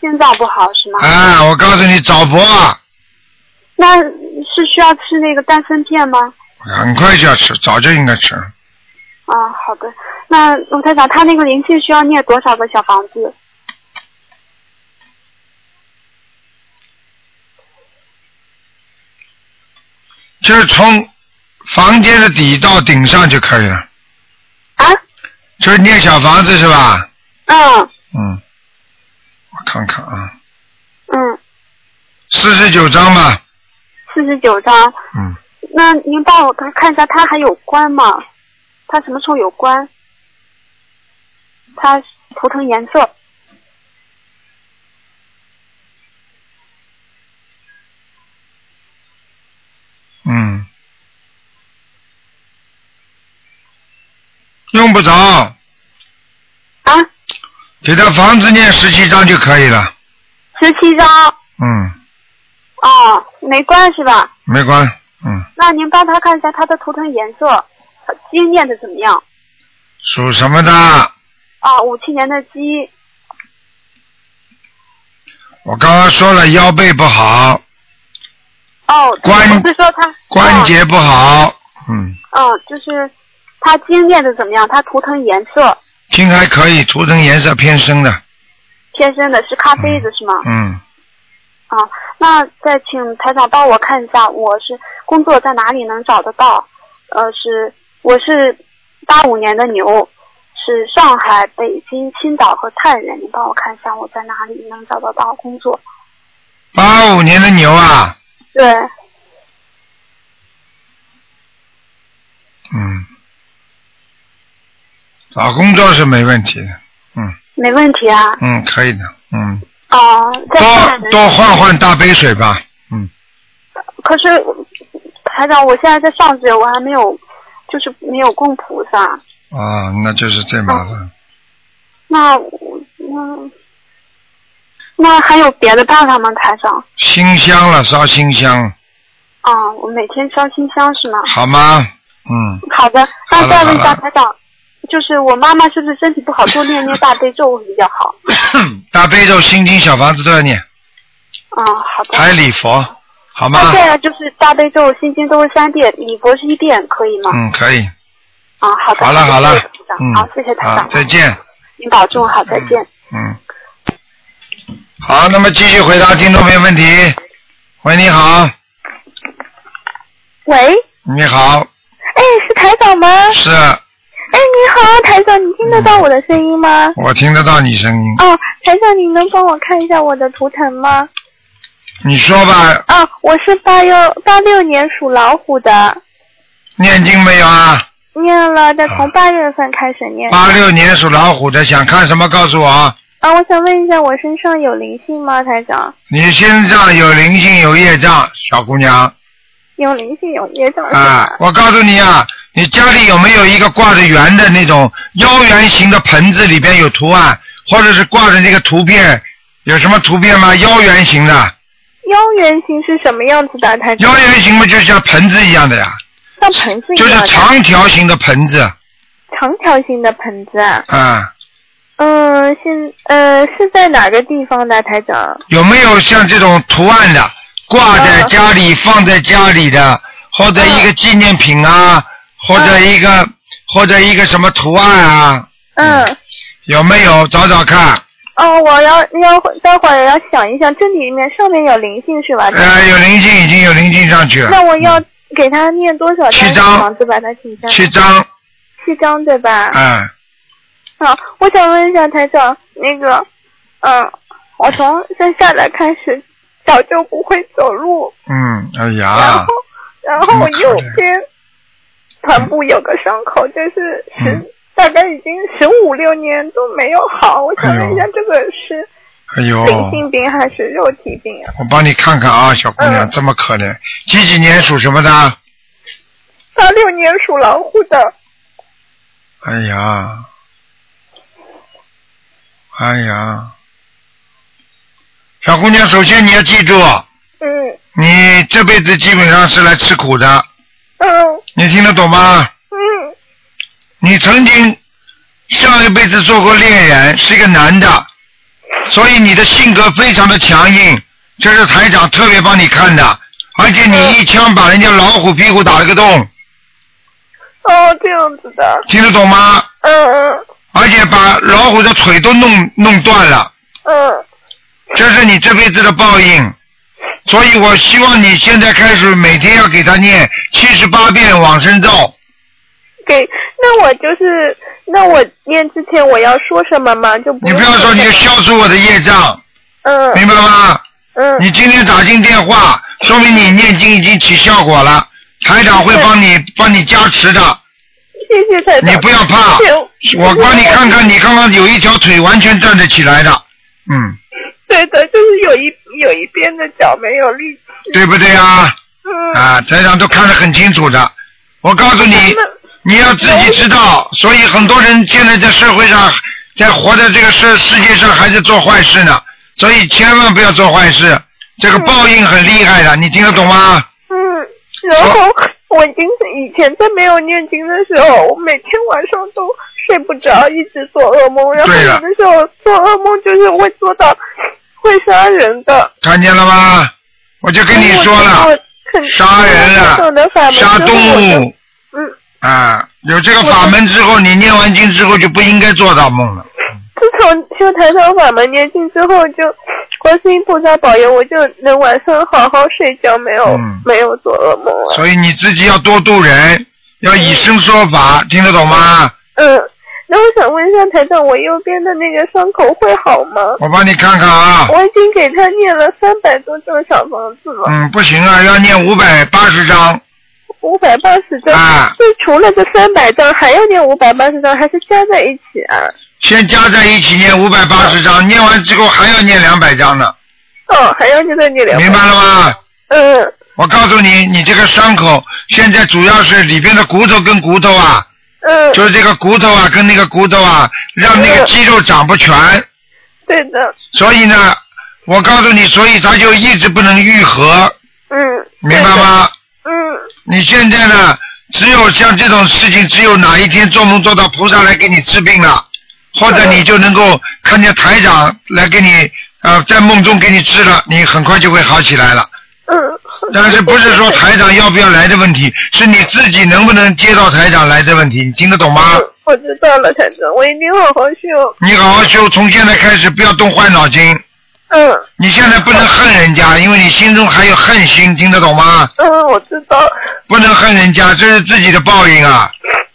G: 心脏不好是吗？
A: 啊，我告诉你，早搏啊，
G: 那是需要吃那个丹参片吗？
A: 很快就要吃，早就应该吃。
G: 啊，好的。那我在想，他那个灵性需要念多少个小房子？
A: 就是从房间的底到顶上就可以了。
G: 啊？
A: 就是念小房子是吧？
G: 嗯
A: 嗯，我看看啊，
G: 嗯，
A: 四十九章吧。
G: 四十九张。
A: 嗯。
G: 那您帮我看看一下，他还有关吗？他什么时候有关？他图腾颜色。
A: 嗯，用不着。
G: 啊？
A: 给他房子念十七章就可以了。
G: 十七张。
A: 嗯，
G: 哦，没关是吧？
A: 没关，嗯，
G: 那您帮他看一下他的图腾颜色，呃鸡念的怎么样？
A: 属什么的？
G: 啊，五七年的鸡，
A: 我刚刚说了腰背不好，
G: 哦，
A: 关
G: 我是说他哦
A: 关节不好，嗯，
G: 嗯，嗯就是他经念的怎么样？他图腾颜色
A: 听还可以，图腾颜色偏深的，
G: 天生的是咖啡的是吗？
A: 嗯，
G: 啊，那再请台长帮我看一下，我是工作在哪里能找得到？呃，是我是八五年的牛，是上海、北京、青岛和太原，您帮我看一下我在哪里能找得到工作？
A: 八五年的牛啊，
G: 对，
A: 嗯，找工作是没问题的，
G: 没问题啊。
A: 嗯，可以的，嗯，
G: 啊，在大
A: 多
G: 连
A: 多换换大杯水吧，嗯，
G: 可是台长，我现在在上学，我还没有，就是没有供菩萨。
A: 啊，那就是最麻烦，
G: 那我那那还有别的办法吗，台长？
A: 新香了，烧新香，
G: 啊，我每天烧清香是吗？
A: 好吗？
G: [COUGHS]
A: 嗯，
G: 好的，
A: 好
G: 那
A: 了
G: 再问一
A: 好
G: 下
A: 了
G: 台长，就是我妈妈是不是身体不好，多念念大悲咒会比较好？
A: 大悲咒、心经、小房子都要念，
G: 嗯，好的。
A: 还有礼佛，好吗
G: 那？现在就是大悲咒、心经都是三遍，礼佛是一遍，可以吗？
A: 嗯，可以，
G: 啊，好的。
A: 好了好了
G: 谢谢台长
A: 嗯
G: 好，谢谢台
A: 好
G: 长，，
A: 再见。
G: 您保重，好，再见。
A: 嗯，好，那么继续回答听众朋友问题。喂，你好，
C: 喂，
A: 你好，
C: 哎，是台长吗？
A: 是
C: 哎，你好，台长，你
A: 嗯
C: 听得到我的声音吗？
A: 我听得到你声音，
C: 哦，台长，你能帮我看一下我的图腾吗？
A: 你说吧，
C: 啊，我是八六八六年属老虎的，
A: 念经没有啊？
C: 念了得从八月份开始念。
A: 八六年属老虎的，想看什么告诉我啊。
C: 啊，我想问一下，我身上有灵性吗，台长？
A: 你身上有灵性，有业障，小姑娘
C: 有灵性，有业障是
A: 啊
C: 吧？！
A: 我告诉你啊，你家里有没有一个挂着圆的那种腰圆形的盆子，里边有图案，或者是挂着那个图片，有什么图片吗？腰圆形的。
C: 腰圆形是什么样子的，台长
A: 腰？圆形嘛，就像盆子一样的呀，
C: 像盆子一
A: 就
C: 样
A: 是
C: 的，
A: 长条形的盆子
C: 长条形的盆子啊。
A: 啊、
C: 嗯，现呃是在哪个地方呢，台长？
A: 有没有像这种图案的，挂在家里、放在家里
C: 嗯
A: 的，或者一个纪念品啊，或者一个、或者一个什么图案啊？
C: 嗯。
A: 有没有？找找看。
C: 哦，我要要待会儿要想一想，这里面上面有灵性是吧？
A: 呃，有灵性，已经有灵性上去了。
C: 那我要给他念多少
A: 七
C: 张
A: 张
C: 房子把它请上？
A: 嗯七张，
C: 七张对吧？
A: 嗯，
C: 好，我想问一下台长，那个，嗯，我从生下来开始早就不会走路，
A: 嗯，哎
C: 然
A: 呀
C: 后，然后我右边
G: 臀部有个伤口，就是十、
A: 嗯
G: 大概已经十五六年都没有好。我想问一下，这个是
A: 哎呦，
G: 灵性病还是肉体病啊？
A: 我帮你看看啊，小姑娘、
G: 嗯
A: 这么可怜，几几年属什么的？
G: 八六年属老虎的，
A: 哎呀，哎呀，小姑娘，首先你要记住，
G: 嗯
A: 你这辈子基本上是来吃苦的，
G: 嗯
A: 你听得懂吗？
G: 嗯
A: 你曾经上一辈子做过恋人，是一个男的，所以你的性格非常的强硬，这是台长特别帮你看的，而且你一枪把人家老虎屁股打了个洞，
G: 哦，这样子的，
A: 听得懂吗？
G: 嗯
A: 而且把老虎的腿都弄弄断了。
G: 嗯
A: 这是你这辈子的报应。所以我希望你现在开始每天要给他念七十八遍往生咒，
G: 给。那我就是，那我念之前我要说什么吗？就不
A: 你不要说你就消除我的业障，
G: 嗯
A: 明白吗？
G: 嗯
A: 你今天打进电话，说明你念经已经起效果了，台长会帮你帮你加持的，
G: 谢谢台长，
A: 你不要怕
G: 谢谢
A: 我帮你看看，你刚刚有一条腿完全站得起来的，嗯，
G: 对的，就是有一有一边的脚没有力气。
A: 对不对啊？
G: 嗯，
A: 啊，台长都看得很清楚的，我告诉你。你要自己知道，所以很多人现在在社会上，在活在这个世世界上还是做坏事呢，所以千万不要做坏事，这个报应很厉害的，你听得懂吗？
G: 嗯，然后
A: 哦
G: 我已经以前在没有念经的时候，我每天晚上都睡不着，一直做噩梦，然后
A: 对
G: 有
A: 了
G: 的时候做噩梦就是会做到会杀人的。
A: 看见了吗？我就跟你说
G: 我
A: 了，
G: 听过很
A: 杀人了
G: 各种的法门之后
A: 杀动物。
G: 我就嗯，
A: 啊，有这个法门之后，你念完经之后就不应该做大梦了。
G: 自从修台上法门念经之后就。观世音菩萨保佑，我就能晚上好好睡觉，没有、
A: 嗯
G: 没有做噩梦了。
A: 所以你自己要多度人，要以身说法，听得懂吗？
G: 嗯，那我想问一下台长，我右边的那个伤口会好吗？
A: 我帮你看看啊。
G: 我已经给他念了三百多张小房子了，
A: 嗯，不行啊，要念五百八十章。
G: 五百八十张。
A: 啊
G: 就除了这三百张，还要念五百八十张，还是加在一起啊？
A: 先加在一起念五百八十
G: 嗯
A: 章，念完之后还要念两百章呢，
G: 哦，还要再念两。
A: 明白了吗？
G: 嗯
A: 我告诉你，你这个伤口现在主要是里边的骨头跟骨头啊，
G: 嗯，
A: 就是这个骨头啊跟那个骨头啊，让那个肌肉长不
G: 嗯
A: 全，
G: 对的，
A: 所以呢，我告诉你，所以它就一直不能愈合，
G: 嗯。
A: 明白吗？
G: 对的？嗯，
A: 你现在呢，只有像这种事情，只有哪一天做梦做到菩萨来给你治病了，或者你就能够看见台长来给你呃在梦中给你治了，你很快就会好起来了。
G: 嗯，
A: 但是不是说台长要不要来的问题，是你自己能不能接到台长来的问题，你听得懂吗？
G: 嗯我知道了，台长，我一定好好修。
A: 你好好修，从现在开始不要动坏脑筋。
G: 嗯
A: 你现在不能恨人家，因为你心中还有恨心，听得懂吗？
G: 嗯，我知道，
A: 不能恨人家，这是自己的报应啊！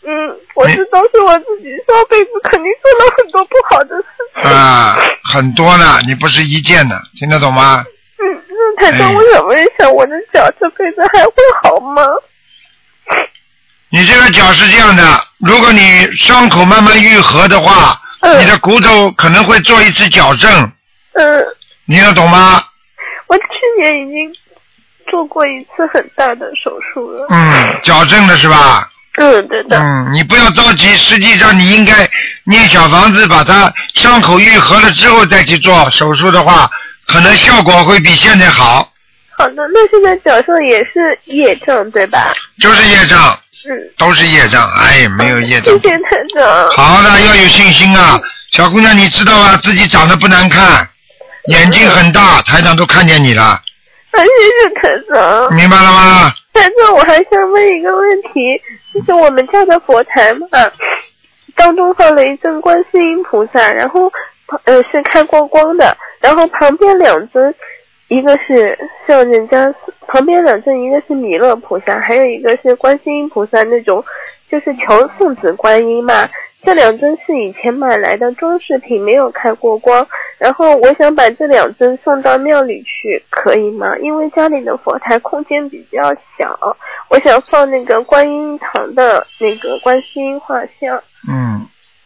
G: 嗯，我知道是我自己上辈子肯定做了很多不好的事情。
A: 啊，很多呢，你不是一件呢，听得懂吗？
G: 嗯，那台长，
A: 哎
G: 我想问一下，我的脚这辈子还会好吗？
A: 你这个脚是这样的，如果你伤口慢慢愈合的话，
G: 嗯
A: 你的骨头可能会做一次矫正，
G: 嗯，
A: 你听得懂吗？
G: 我去年已经做过一次很大的手术了。
A: 嗯，矫正了是吧？
G: 嗯，对的。
A: 嗯，你不要着急，实际上你应该念小房子，把它伤口愈合了之后再去做手术的话，可能效果会比现在好。
G: 好的，那现在脚上也是业障对吧？
A: 就是业障，
G: 嗯，
A: 都是业障，哎，没有业障
G: 谢。谢台长。
A: 好的，要有信心啊，小姑娘，你知道吧？自己长得不难看，眼睛很大，台长都看见你了，
G: 啊， [LAUGHS] 谢谢台长。
A: 明白了吗？
G: [LAUGHS] 台长，我还想问一个问题，就是我们家的佛台嘛，当中放了一尊观世音菩萨，然后呃是开过光的，然后旁边两尊，一个是像人家旁边两尊，一个是弥勒菩萨，还有一个是观世音菩萨那种，就是求送子观音嘛。这两尊是以前买来的装饰品，没有开过光。然后我想把这两尊送到庙里去，可以吗？因为家里的佛台空间比较小，我想放那个观音堂的那个观世音画像。
A: 嗯，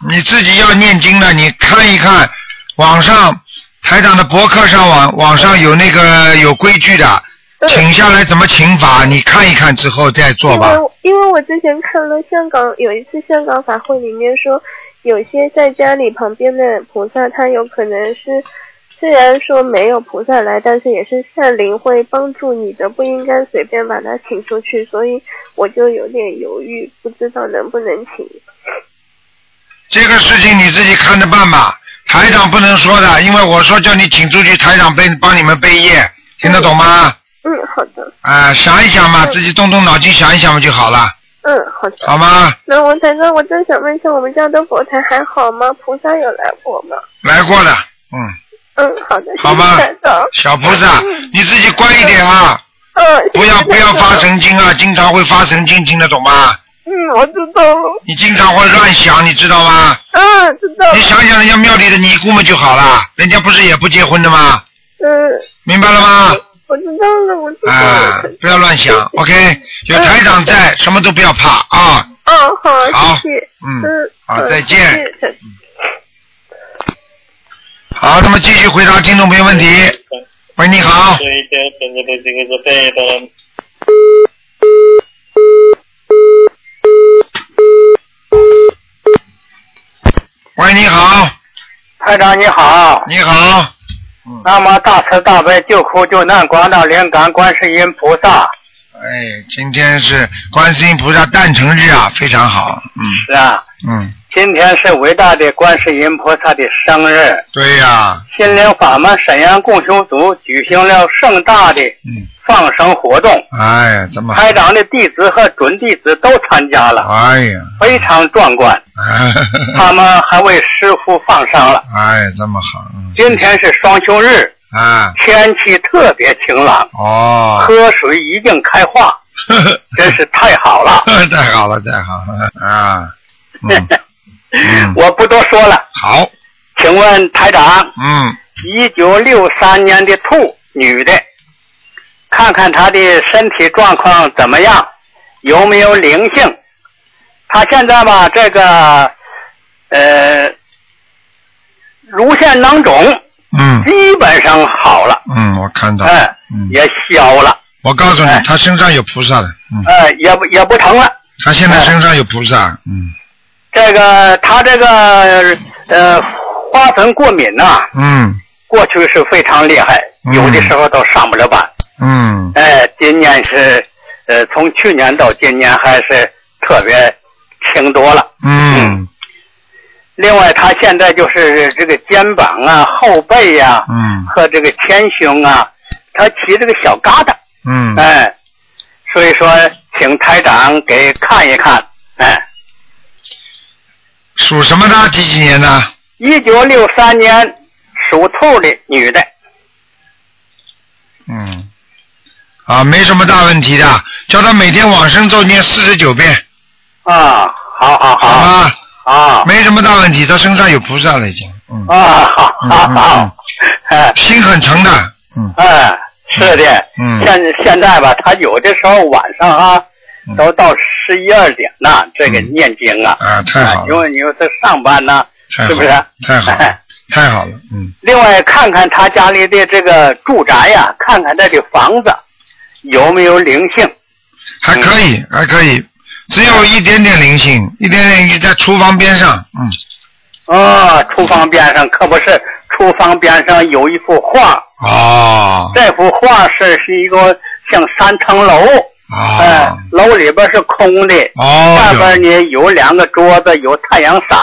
A: 你自己要念经了，你看一看网上台长的博客上网网上有那个有规矩的，
G: 嗯
A: 请下来怎么请法，你看一看之后再做
G: 因
A: 吧。
G: 为因为我之前看了香港有一次香港法会里面说，有些在家里旁边的菩萨，他有可能是虽然说没有菩萨来，但是也是善灵会帮助你的，不应该随便把他请出去，所以我就有点犹豫，不知道能不能请。
A: 这个事情你自己看着办吧，台长不能说的，因为我说叫你请出去，台长背帮你们背业，听得懂吗？
G: 嗯，好的，
A: 啊、想一想嘛，自己动动脑筋想一想嘛就好了，
G: 嗯，好的。
A: 好吗？
G: 那王台哥，我真想问一下，我们家的佛台还好吗？菩萨有来过吗？
A: 来过了，嗯，
G: 嗯，好的，
A: 好吧
G: 谢谢台长。
A: 小菩萨，你自己乖一点啊，
G: 嗯，谢谢
A: 不要
G: 台
A: 不要
G: 长
A: 发。神经啊，经常会发神经，听得懂吗？
G: 嗯，我知道了。
A: 你经常会乱想，你知道吗？
G: 嗯，知道了
A: 你。想想人家庙里的尼姑们就好了，人家不是也不结婚的吗？
G: 嗯，
A: 明白了吗？
G: 我知道了，我知道
A: 啊
G: 了。，
A: 不要乱想，OK，有台长在，什么都不要怕啊。
G: 嗯，
A: 好
G: 好，谢谢。
A: 嗯
G: 嗯，
A: 好
G: 嗯
A: 再见。
G: 谢谢
A: 好，那么继续回答听众朋友问题。喂，你好，喂，你好，
F: 台长你好，
A: 你好，嗯
F: 那么大慈大悲救苦救难广大灵感观世音菩萨，
A: 哎，今天是观世音菩萨诞辰日啊，非常好，嗯
F: 是啊，
A: 嗯，
F: 今天是伟大的观世音菩萨的生日，
A: 对呀、
F: 心灵法门沈阳共修组举行了盛大的
A: 嗯，
F: 放生活动，
A: 哎呀，这么好，
F: 台长的弟子和准弟子都参加了，
A: 哎
F: [LAUGHS]
A: 呀，
F: 非常壮观，
A: 嗯
F: 他们还为师傅放生了。
A: 哎呀，这么好，嗯，
F: 今天是双休日，
A: 啊，
F: 天气特别晴朗，
A: 哦， [LAUGHS]
F: 河水已经开化，真是太好了。
A: 太好了，太好了，啊，
F: [LAUGHS]
A: 嗯嗯
F: 我不多说了，
A: 好，
F: 请问台长，
A: 嗯，
F: 一九六三年的兔女的，看看她的身体状况怎么样，有没有灵性？她现在吧，这个呃，乳腺囊肿
A: 嗯
F: 基本上好了，
A: 嗯，我看到了，
F: 哎、
A: 嗯，
F: 也消了，
A: 我告诉你
F: 哎，
A: 他身上有菩萨的，嗯，
F: 呃，也不也不疼了。
A: 他现在身上有菩萨，嗯
F: 这个她这个呃花粉过敏呐、
A: 嗯
F: 过去是非常厉害，
A: 嗯
F: 有的时候都上不了班。
A: 嗯，
F: 哎、今年是，呃，从去年到今年还是特别轻多了。
A: 嗯
F: 另外，他现在就是这个肩膀啊、后背呀、
A: 嗯
F: 和这个前胸啊，他起这个小疙瘩，
A: 嗯嗯，
F: 哎、所以说，请台长给看一看，哎、
A: 属什么的？几几年的？
F: 一九六三年属兔的女的，
A: 嗯，啊，没什么大问题的，叫他每天往生咒念四十九遍，
F: 啊，好
A: 好
F: 好好，
A: 吧？
F: 啊，
A: 没什么大问题，他身上有菩萨了已经，嗯，
F: 啊，好好好，哎、
A: 心很诚的，嗯
F: 哎，是的，
A: 嗯
F: 现现在吧，他有的时候晚上啊
A: 嗯，
F: 都到十一二点呢，这个念经啊，
A: 啊，太好
F: 因
A: 了，
F: 为你说他上班呢，
A: 太好
F: 是不啊是
A: 了，太好
F: [LAUGHS]
A: 了，太好了，嗯
F: 另外看看他家里的这个住宅呀、看看他的房子有没有灵性，
A: 还可以，
F: 嗯
A: 还可以，只有一点点灵性，一点点灵性在厨房边上，嗯，
F: 哦，厨房边上可不是，厨房边上有一幅画，
A: 哦，
F: 这幅画是是一个像三层楼，哎、
A: 哦，
F: 楼里边是空的，
A: 哦
F: 下
A: 哟，
F: 边呢有两个桌子，有太阳伞，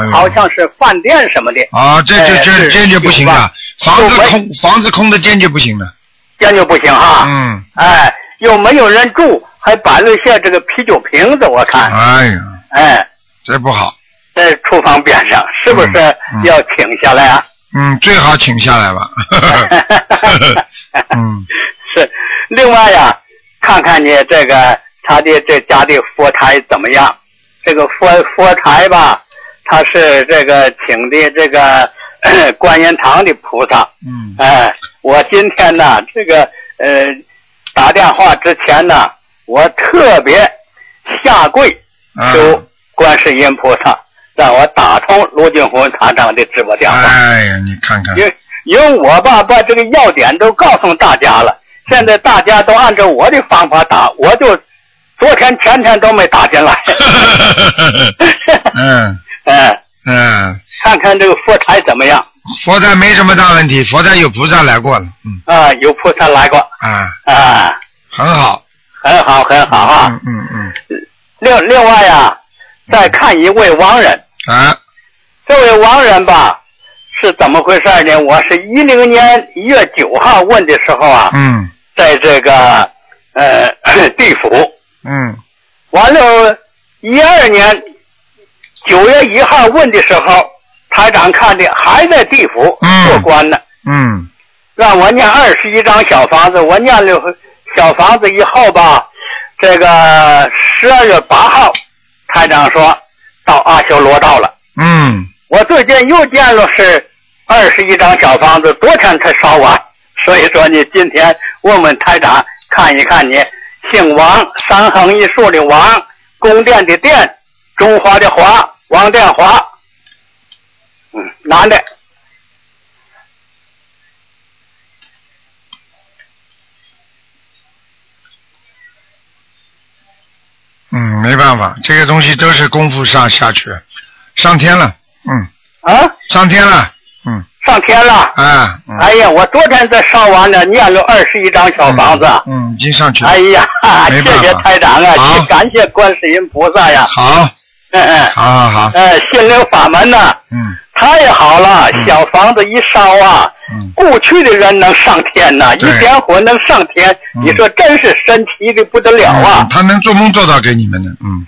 A: 哎呦
F: 好像是饭店什么的，
A: 啊，这这
F: 哎
A: 这
F: 是
A: 坚决不行
F: 有
A: 的
F: 吧，
A: 房子
F: 有吧
A: 空，房子空的坚决不行的，
F: 这就不行哈、
A: 嗯，
F: 哎，又没有人住，还摆了一些这个啤酒瓶子，我看，
A: 哎呀，
F: 哎，
A: 这不好，
F: 在厨房边上，是不是
A: 嗯嗯
F: 要请下来啊？
A: 嗯，最好请下来
D: [LAUGHS]
A: 吧，
F: [LAUGHS]
A: 嗯
F: 是。另外呀，看看你这个他的这家的佛台怎么样？这个佛佛台吧，他是这个请的这个 [COUGHS]
D: 观音堂的菩萨。
A: 嗯
D: 哎，我今天呢，这个呃，打电话之前呢，我特别下跪
A: 啊，
D: 求观世音菩萨让我打通卢俊红厂长的直播电话，
A: 哎呀，你看看
D: 因，为因为我吧把这个要点都告诉大家了，现在大家都按照我的方法打，我就昨天前天都没打进
A: [LAUGHS]
D: 来。
A: 嗯
D: 哎，
A: 嗯，
D: 看看这个佛台怎么样
A: 佛台没什么大问题，佛台有菩萨来过了，嗯
D: 啊？有菩萨来过
A: 啊，
D: 啊，
A: 很好，
D: 很好很好啊。
A: 嗯嗯嗯，
D: 另另外呀，再看一位亡人，
A: 啊，
D: 这位亡人吧是怎么回事呢？我是一零年一月九号问的时候啊，
A: 嗯
D: 在这个呃 [CLEARS THROAT] 地府，
A: 嗯
D: 完了一二年九月一号问的时候，台长看的还在地府
A: 嗯
D: 做官呢，
A: 嗯
D: 让我念二十一张小房子，我念了小房子以后吧，这个十二月八号，台长说到阿修罗道了。
A: 嗯，
D: 我最近又见了是二十一张小房子，昨天才烧完，所以说你今天问问台长看一看你姓王，三横一竖的王，宫殿的殿，中华的华，王殿华，嗯，男的，
A: 嗯，没办法，这个东西都是功夫上下去，上天了，嗯，
D: 啊，
A: 上天了，嗯，
D: 上天了。
A: 啊，嗯、
D: 哎呀，我昨天才烧完了，念了二十一张小房子。
A: 嗯，嗯，已经上去了，
D: 哎呀，
A: 没
D: 谢
A: 办法
D: 谢台长啊，
A: 好
D: 谢感谢观世音菩萨呀。
A: 好，
D: 嗯嗯，
A: 好好好，
D: 呃，心灵法门呢、
A: 嗯
D: 太好了，
A: 嗯
D: 小房子一烧啊，
A: 嗯，
D: 过去的人能上天呐、
A: 对
D: 一点火能上天，
A: 嗯
D: 你说真是神奇的不得了啊
A: 嗯！他能做梦做到给你们的，
F: [LAUGHS]
A: 嗯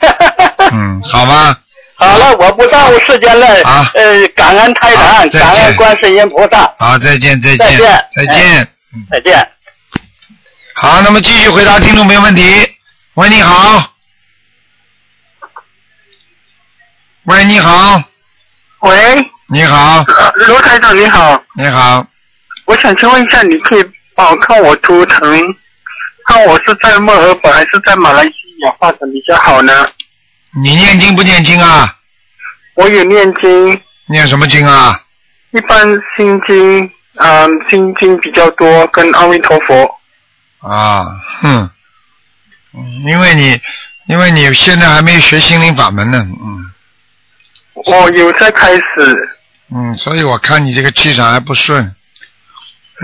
A: 嗯，好吧，
D: 好了，我不耽误时间了，
A: 好
D: 呃，感恩台
A: 啊好
D: 长，
A: 再见
D: 感恩观世音菩萨，
A: 好，再见再见
D: 再见
A: 再见，嗯，
D: 再见。
A: 好，那么继续回答听众朋友问题。喂，你好。喂，你好，
F: 喂，
A: 你好，
F: 罗台长你好，
A: 你好，
F: 我想请问一下，你可以帮我看我图腾，看我是在墨尔本还是在马来西亚发展比较好呢？
A: 你念经不念经啊？
F: 我有念经，
A: 念什么经啊？
F: 一般心经，嗯，心经比较多，跟阿弥陀佛。
A: 啊，哼，嗯，因为你，因为你现在还没学心灵法门呢，嗯
F: 我有在开始，
A: 嗯，所以我看你这个气场还不顺。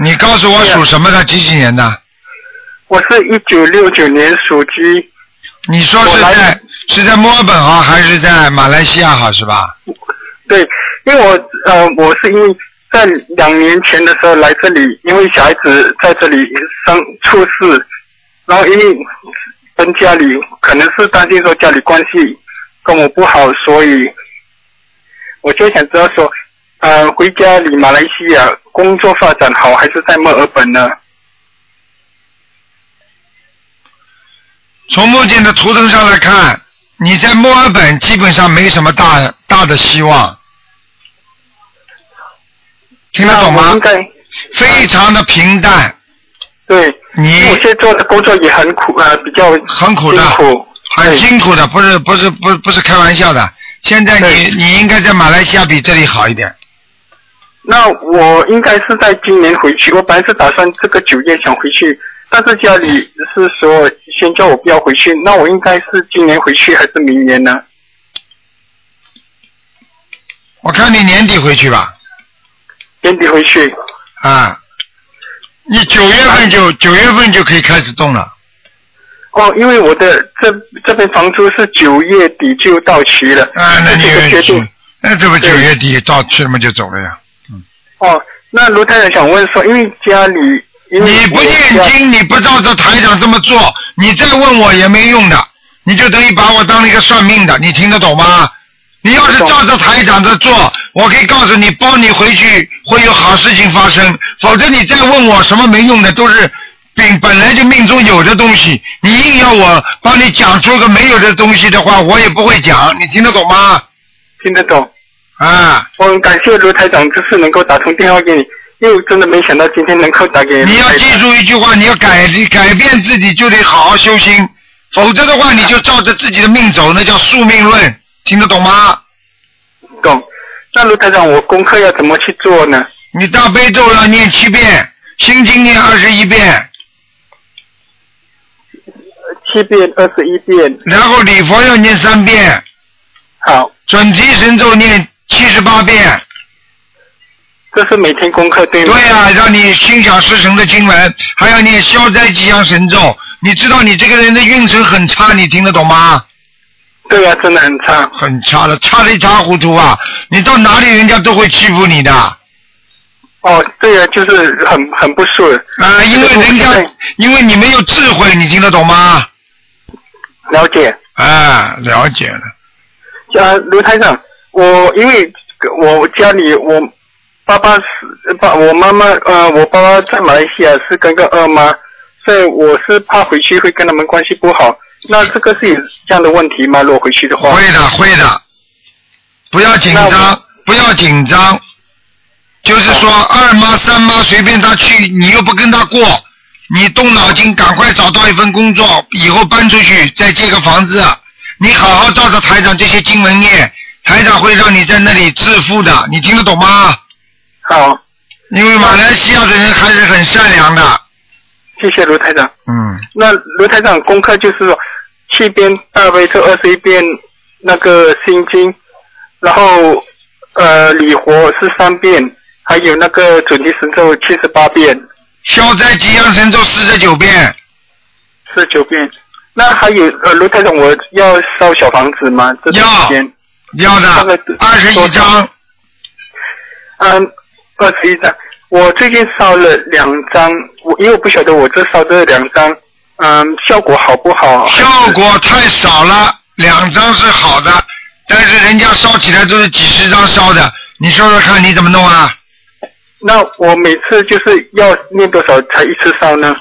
A: 你告诉我
F: 是啊
A: 属什么的？几几年的？
F: 我是一九六九年属鸡，
A: 你说是
F: 我来
A: 在是在墨尔本好，还是在马来西亚好是吧？
F: 对，因为我呃，我是因为在两年前的时候来这里，因为小孩子在这里生出事，然后因为跟家里可能是担心说家里关系跟我不好，所以我就想知道说，呃，回家里马来西亚工作发展好还是在墨尔本呢？
A: 从目前的图腾上来看，你在墨尔本基本上没什么大大的希望，听得懂
F: 那我
A: 吗
F: 应？该
A: 非常的平淡，
F: 对，因为我
A: 你
F: 现在做的工作也很苦啊、呃，比较
A: 嗯很苦
F: 辛
A: 的，
F: 苦，
A: 很
F: 对
A: 辛苦的，不是不是不不是开玩笑的。现在你
F: 对
A: 你应该在马来西亚比这里好一点，
F: 那我应该是在今年回去，我本来是打算这个九月想回去，但是家里是说先叫我不要回去，那我应该是今年回去还是明年呢？
A: 我看你年底回去吧，
F: 年底回去。
A: 啊，你九月份就九月份就可以开始动了，
F: 哦，因为我的这这边房租是九月底就到期了，
A: 啊，那
F: 这
A: 你
F: 是个决定。
A: 那这不九
F: 对
A: 月底到去了嘛就走了呀？
F: 哦，那卢太太想问说，因为家里因为
A: 你不
F: 我
A: 念
F: 家
A: 经，你不照着台长这么做，你再问我也没用的，你就等于把我当了一个算命的，你听得懂吗？你要是照着台长这做，我可以告诉你，包你回去会有好事情发生，否则你再问我什么没用的，都是本本来就命中有的东西，你硬要我帮你讲出个没有的东西的话，我也不会讲，你听得懂吗？
F: 听得懂。
A: 啊，
F: 我很感谢卢台长，就是能够打通电话给你，因为我真的没想到今天能够打给
A: 你要
F: 台长
A: 记住一句话，你要改改变自己，就得好好修心，否则的话你就照着自己的命走，那叫宿命论，听得懂吗？
F: 懂。那卢台长，我功课要怎么去做呢？
A: 你大悲咒要念七遍，心经念二十一遍，
F: 七遍、二十一遍，
A: 然后礼佛要念三遍，
F: 好，
A: 准提神咒念七十八遍。
F: 这是每天功课对吗？
A: 对啊呀、让你心想事成的经文，还要念消灾吉祥神咒。你知道你这个人的运程很差，你听得懂吗？
F: 对呀、真的很差。
A: 很差的，差的一塌糊涂啊！你到哪里人家都会欺负你的啊、
F: 哦，对呀、就是很很不顺，
A: 啊因为人家
F: 嗯对
A: 因为你没有智慧，你听得懂吗？
F: 了解。
A: 啊，了解了。
F: 呃，卢台长，我因为我家里我爸爸是呃爸，我妈妈呃，我爸爸在马来西亚是跟个二妈，所以我是怕回去会跟他们关系不好。那这个是有这样的问题吗？如果回去的话，
A: 会的，会的，不要紧
F: 哦那
A: 张，不要紧张。就是说，
F: 哦
A: 二妈、三妈随便她去，你又不跟她过，你动脑筋，赶快找到一份工作，以后搬出去再借个房子，啊你好好照着台长这些经文念，台长会让你在那里致富的，你听得懂吗？
F: 好，
A: 因为马来西亚的人还是很善良的，
F: 谢谢卢台长。
A: 嗯，
F: 那卢台长功课就是说七遍大悲咒二十一遍那个心经，然后呃礼佛是三遍，还有那个准提神咒七十八遍。
A: 消灾吉祥神咒四十九遍，
F: 四九遍。那还有呃，卢台长，我要烧小房子吗？这段时间，
A: 要
F: 大
A: 的
F: 概多
A: 二十一张，
F: 嗯，二十一张。我最近烧了两张，我因为我不晓得我这烧这两张，嗯，效果好不好？
A: 效果太少了，两张是好的，但是人家烧起来都是几十张烧的，你说说看你怎么弄啊？
F: 那我每次就是要念多少才一次烧呢？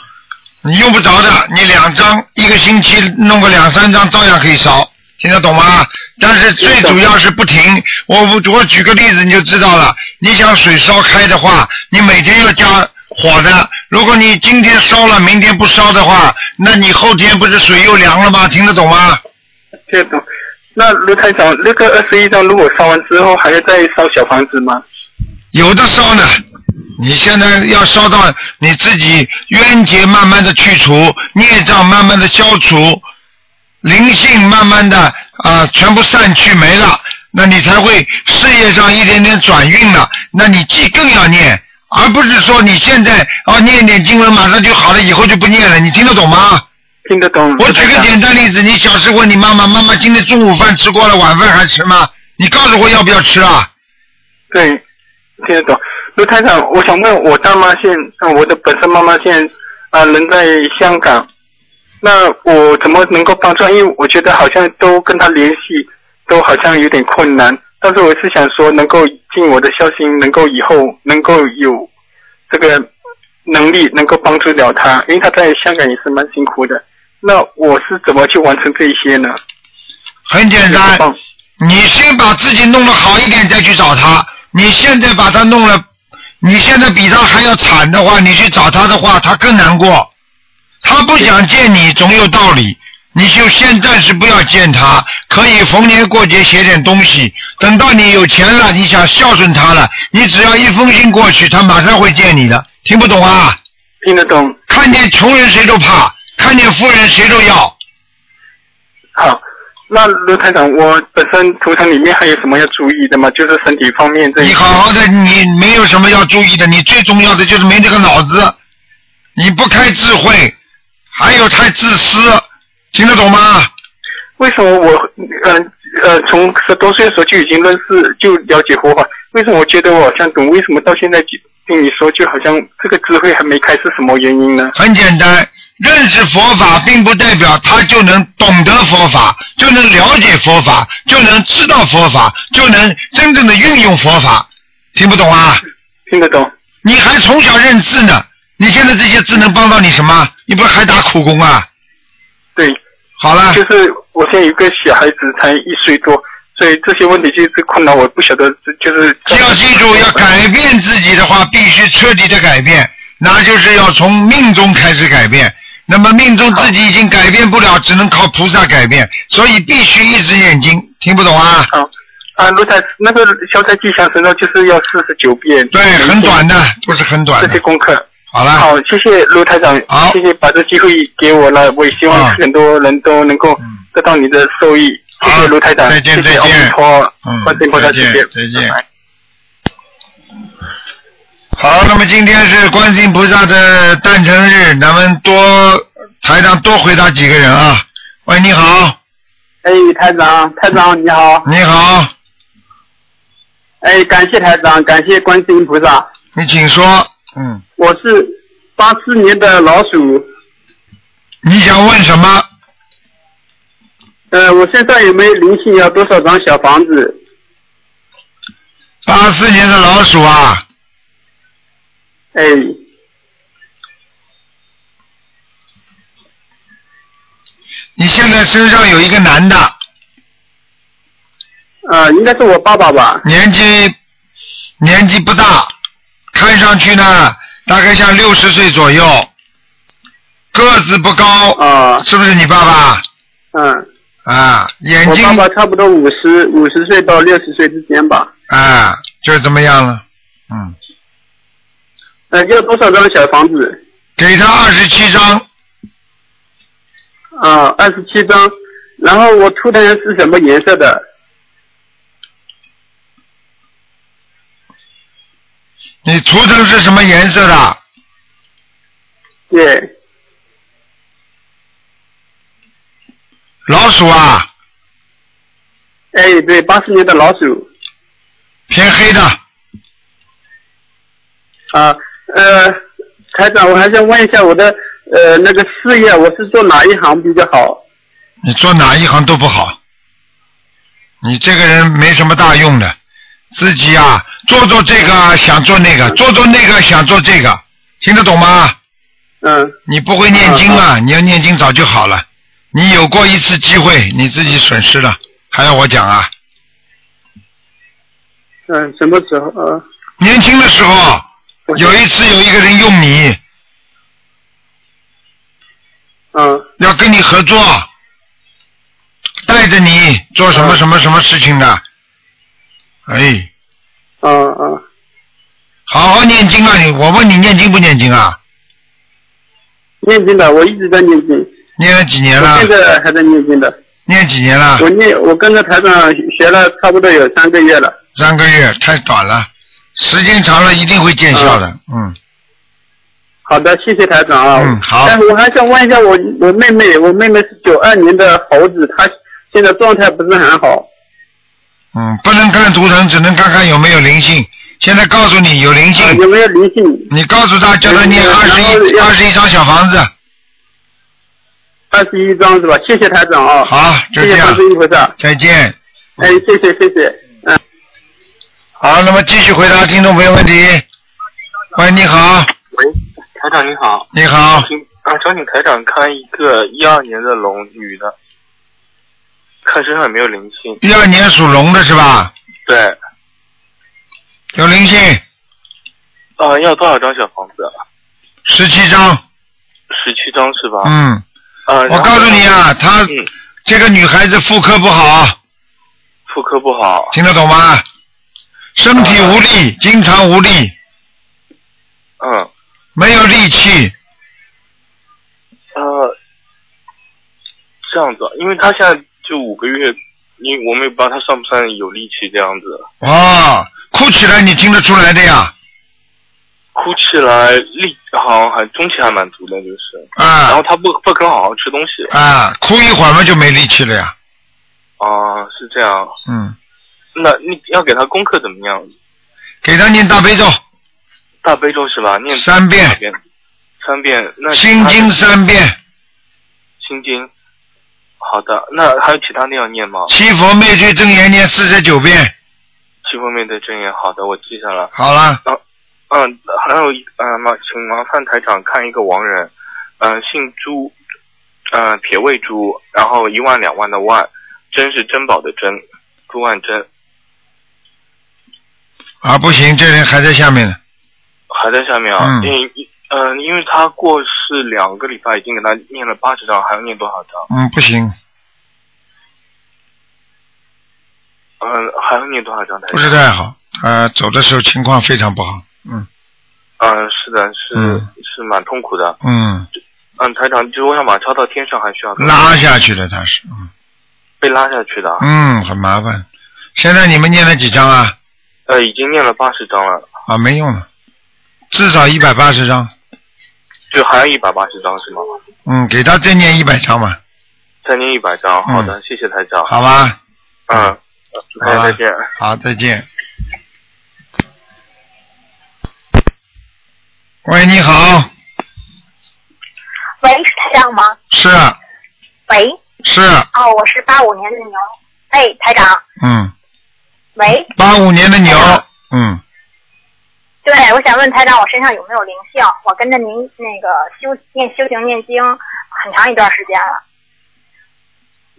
A: 你用不着的，你两张一个星期弄个两三张照样可以烧，听得懂吗？但是最主要是不停。我我我举个例子你就知道了。你想水烧开的话，你每天要加火的。如果你今天烧了，明天不烧的话，那你后天不是水又凉了吗？听得懂吗？
F: 这种。那卢台长，那个二十一张如果烧完之后，还要再烧小房子吗？
A: 有的烧呢，你现在要烧到你自己冤结慢慢的去除，孽障慢慢的消除，灵性慢慢的啊、全部散去没了，那你才会事业上一点点转运了。那你既更要念，而不是说你现在啊念点经文马上就好了，以后就不念了。你听得懂吗？
F: 听得懂？
A: 我举
F: 卢台
A: 个
F: 长
A: 简单例子，你小时候问你妈妈，妈妈今天中午饭吃过了，晚饭还吃吗？你告诉我要不要吃啊？
F: 对，听得懂。卢台长，我想问我大妈现，呃、我的本身妈妈现啊、人在香港，那我怎么能够帮助？因为我觉得好像都跟她联系，都好像有点困难。但是我是想说，能够尽我的孝心，能够以后能够有这个能力，能够帮助了她，因为她在香港也是蛮辛苦的。那我是怎么去完成这一些呢？
A: 很简单，
F: 帮
A: 你先把自己弄得好一点再去找他。你现在把他弄了，你现在比他还要惨的话，你去找他的话，他更难过。他不想见你，总有道理。你就先暂时不要见他，可以逢年过节写点东西。等到你有钱了，你想孝顺他了，你只要一封信过去，他马上会见你的。听不懂啊？
F: 听得懂？
A: 看见穷人谁都怕，看见富人谁都要。
F: 好，那卢台长，我本身图腾里面还有什么要注意的吗？就是身体方面这一
A: 你好好的，你没有什么要注意的，你最重要的就是没这个脑子，你不开智慧，还有太自私，听得懂吗？
F: 为什么我嗯呃从十多岁的时候就已经认识就了解佛法？为什么我觉得我好像懂？为什么到现在听你说就好像这个智慧还没开是什么原因呢？
A: 很简单，认识佛法并不代表他就能懂得佛法，就能了解佛法，就能知道佛法，就能真正的运用佛法，听不懂啊？
F: 听得懂？
A: 你还从小认字呢，你现在这些字能帮到你什么？你不是还打苦工啊？
F: 对，
A: 好了，
F: 就是我现在有个小孩子才一岁多，
H: 所以这些问题就一直困扰我，不晓得这就是
A: 要记住，要改变自己的话，必须彻底的改变，那就是要从命中开始改变。那么命中自己已经改变不了，只能靠菩萨改变，所以必须一直念经。听不懂啊？
H: 好啊，卢台那个消灾吉祥神咒就是要四十九遍，
A: 对，很短的，都是很短
H: 这些
A: 的。
H: 功课。
A: 好了，
H: 好，谢谢卢台长
A: 好，
H: 谢谢把这机会给我了，我也希望
A: 啊
H: 很多人都能够
A: 嗯
H: 得到你的受益。谢
A: 好
H: 谢卢台长，
A: 再见
H: 谢谢
A: 再
H: 阿弥
A: 见
H: 陀
A: 嗯，
H: 观世音菩萨，
A: 再
H: 谢
A: 见
H: 谢，
A: 再
H: 拜
A: 见
H: 拜
A: 好，那么今天是观世音菩萨的诞辰日，咱们多台上多回答几个人啊。喂，你好，
F: 哎，台长，台长你好。
A: 你好，
F: 哎，感谢台长，感谢观世音菩萨。
A: 你请说。嗯，
F: 我是八四年的老鼠，
A: 你想问什么？
F: 呃，我身上有没有灵性？要多少张小房子？
A: 八四年的老鼠啊，
F: 哎，
A: 你现在身上有一个男的，
F: 呃，应该是我爸爸吧？
A: 年纪年纪不大，看上去呢大概像六十岁左右，个子不高，
F: 啊、
A: 是不是你爸爸？
F: 嗯，
A: 啊，眼
F: 我
A: 睛
F: 爸爸差不多五十五十岁到六十岁之间吧。
A: 啊，就是怎么样了？嗯，
F: 呃，要多少张小房子？
A: 给他二十七张，
F: 啊、二十七张。然后我图腾是什么颜色的？
A: 你图腾是什么颜色的？
F: 对，
A: 老鼠啊，
F: 哎，对，八四年的老鼠。
A: 偏黑的。
F: 啊，呃，台长，我还想问一下我的呃那个事业，我是做哪一行比较好？
A: 你做哪一行都不好，你这个人没什么大用的，自己啊，做做这个想做那个，做做那个想做这个，听得懂吗？
F: 嗯，
A: 你不会念经啊，你要念经早就好了，你有过一次机会，你自己损失了，还要我讲啊？
F: 嗯、什么时候？呃，
A: 年轻的时候
F: 我
A: 有一次有一个人用你
F: 嗯、
A: 要跟你合作，带着你做什么什么什么事情的，哎。
F: 嗯嗯，
A: 好好念经啊！你我问你念经不念经啊？
F: 念经的，我一直在念经，
A: 念了几年
F: 我
A: 了
F: 现？在还在念经的。
A: 念几年了
F: 我？念，我跟着台长学了差不多有三个月了。
A: 三个月，太短了，时间长了一定会见效
F: 啊
A: 的。嗯，
F: 好的，谢谢台长啊。
A: 嗯好
F: 但我还想问一下我我妹妹，我妹妹是九二年的猴子，她现在状态不是很好。
A: 嗯，不能看图腾，只能看看有没有灵性。现在告诉你有灵
F: 啊
A: 性，
F: 有没有灵性？
A: 你告诉他叫他念
F: 嗯
A: 二十
F: 然后
A: 一
F: 要
A: 二十一张小房子。
F: 二十一张是吧？谢谢台长啊。
A: 好，就这
F: 谢谢观
A: 样
F: 世，音菩萨。
A: 再见。
F: 哎，谢谢谢谢，嗯，
A: 好，那么继续回答听众朋友问题。喂，你好，
I: 喂，台长您好，
A: 你好，
I: 请啊，找请台长看一个一二年的龙女的，看身上有没有灵性。
A: 一二年属龙的是吧？
I: 对，
A: 有灵性，
I: 啊，要多少张小房子啊？
A: 十七张。
I: 十七张是吧？
A: 嗯，
I: 啊，然后
A: 我告诉你，啊，他
I: 嗯，
A: 这个女孩子妇科不好，
I: 妇科不好，
A: 听得懂吗？身体无力，
I: 啊
A: 经常无力，
I: 嗯，
A: 没有力气。
I: 呃，这样子啊，因为她现在就五个月，因为我们也不知道她算不算有力气这样子，
A: 哦，哭起来你听得出来的呀？
I: 哭起来力好像还中气还蛮足的，就是，然
A: 啊
I: 后她不不肯好好吃东西，
A: 啊，哭一会儿嘛就没力气了呀。
I: 啊，是这样，
A: 嗯，
I: 那你要给她功课怎么样？
A: 给她念大悲咒
I: 大悲咒是吧？念
A: 三遍
I: 三遍，三遍。那其
A: 心
I: 他的
A: 经三遍，
I: 心经。好的，那还有其他的要念吗？
A: 七佛灭罪真言念四十九遍。
I: 七佛面对真言。好的，我记下了。
A: 好了，
I: 嗯，还有一呃麻，请麻烦台长看一个亡人，嗯、姓朱，嗯、呃，铁卫朱，然后一万两万的万，珍是珍宝的珍，朱万珍
A: 啊，不行，这人还在下面呢。
I: 还在下面啊，
A: 嗯
I: 因为嗯、因为他过世两个礼拜，已经给他念了八十张，还要念多少张？
A: 嗯，不行，
I: 嗯、还要念多少张才行？
A: 不是太好。他走的时候情况非常不好。嗯
I: 嗯、是的，是、
A: 嗯
I: 是蛮痛苦的。
A: 嗯，
I: 嗯，台长，就是我想把他超到天上，还需要
A: 拉下去的他是。
I: 被拉下去的啊。
A: 嗯，很麻烦。现在你们念了几张啊？
I: 呃，已经念了八十张了，
A: 啊，没用了，至少一百八十张。
I: 就还有一百八十张是吗？
A: 嗯，给他再念一百张嘛，
I: 再念一百张，好的，谢谢台长。
A: 嗯好吧？
I: 嗯，呃台长再见。
A: 好，啊再见。喂，你好，
B: 喂，是台长吗？
A: 是啊
B: 喂，
A: 是，啊
B: 哦，我是八五年的牛。哎，台长，
A: 嗯，
B: 喂，
A: 八五年的牛，嗯，
B: 对，我想问台长，我身上有没有灵性？我跟着您那个修念修行念经很长一段时间了。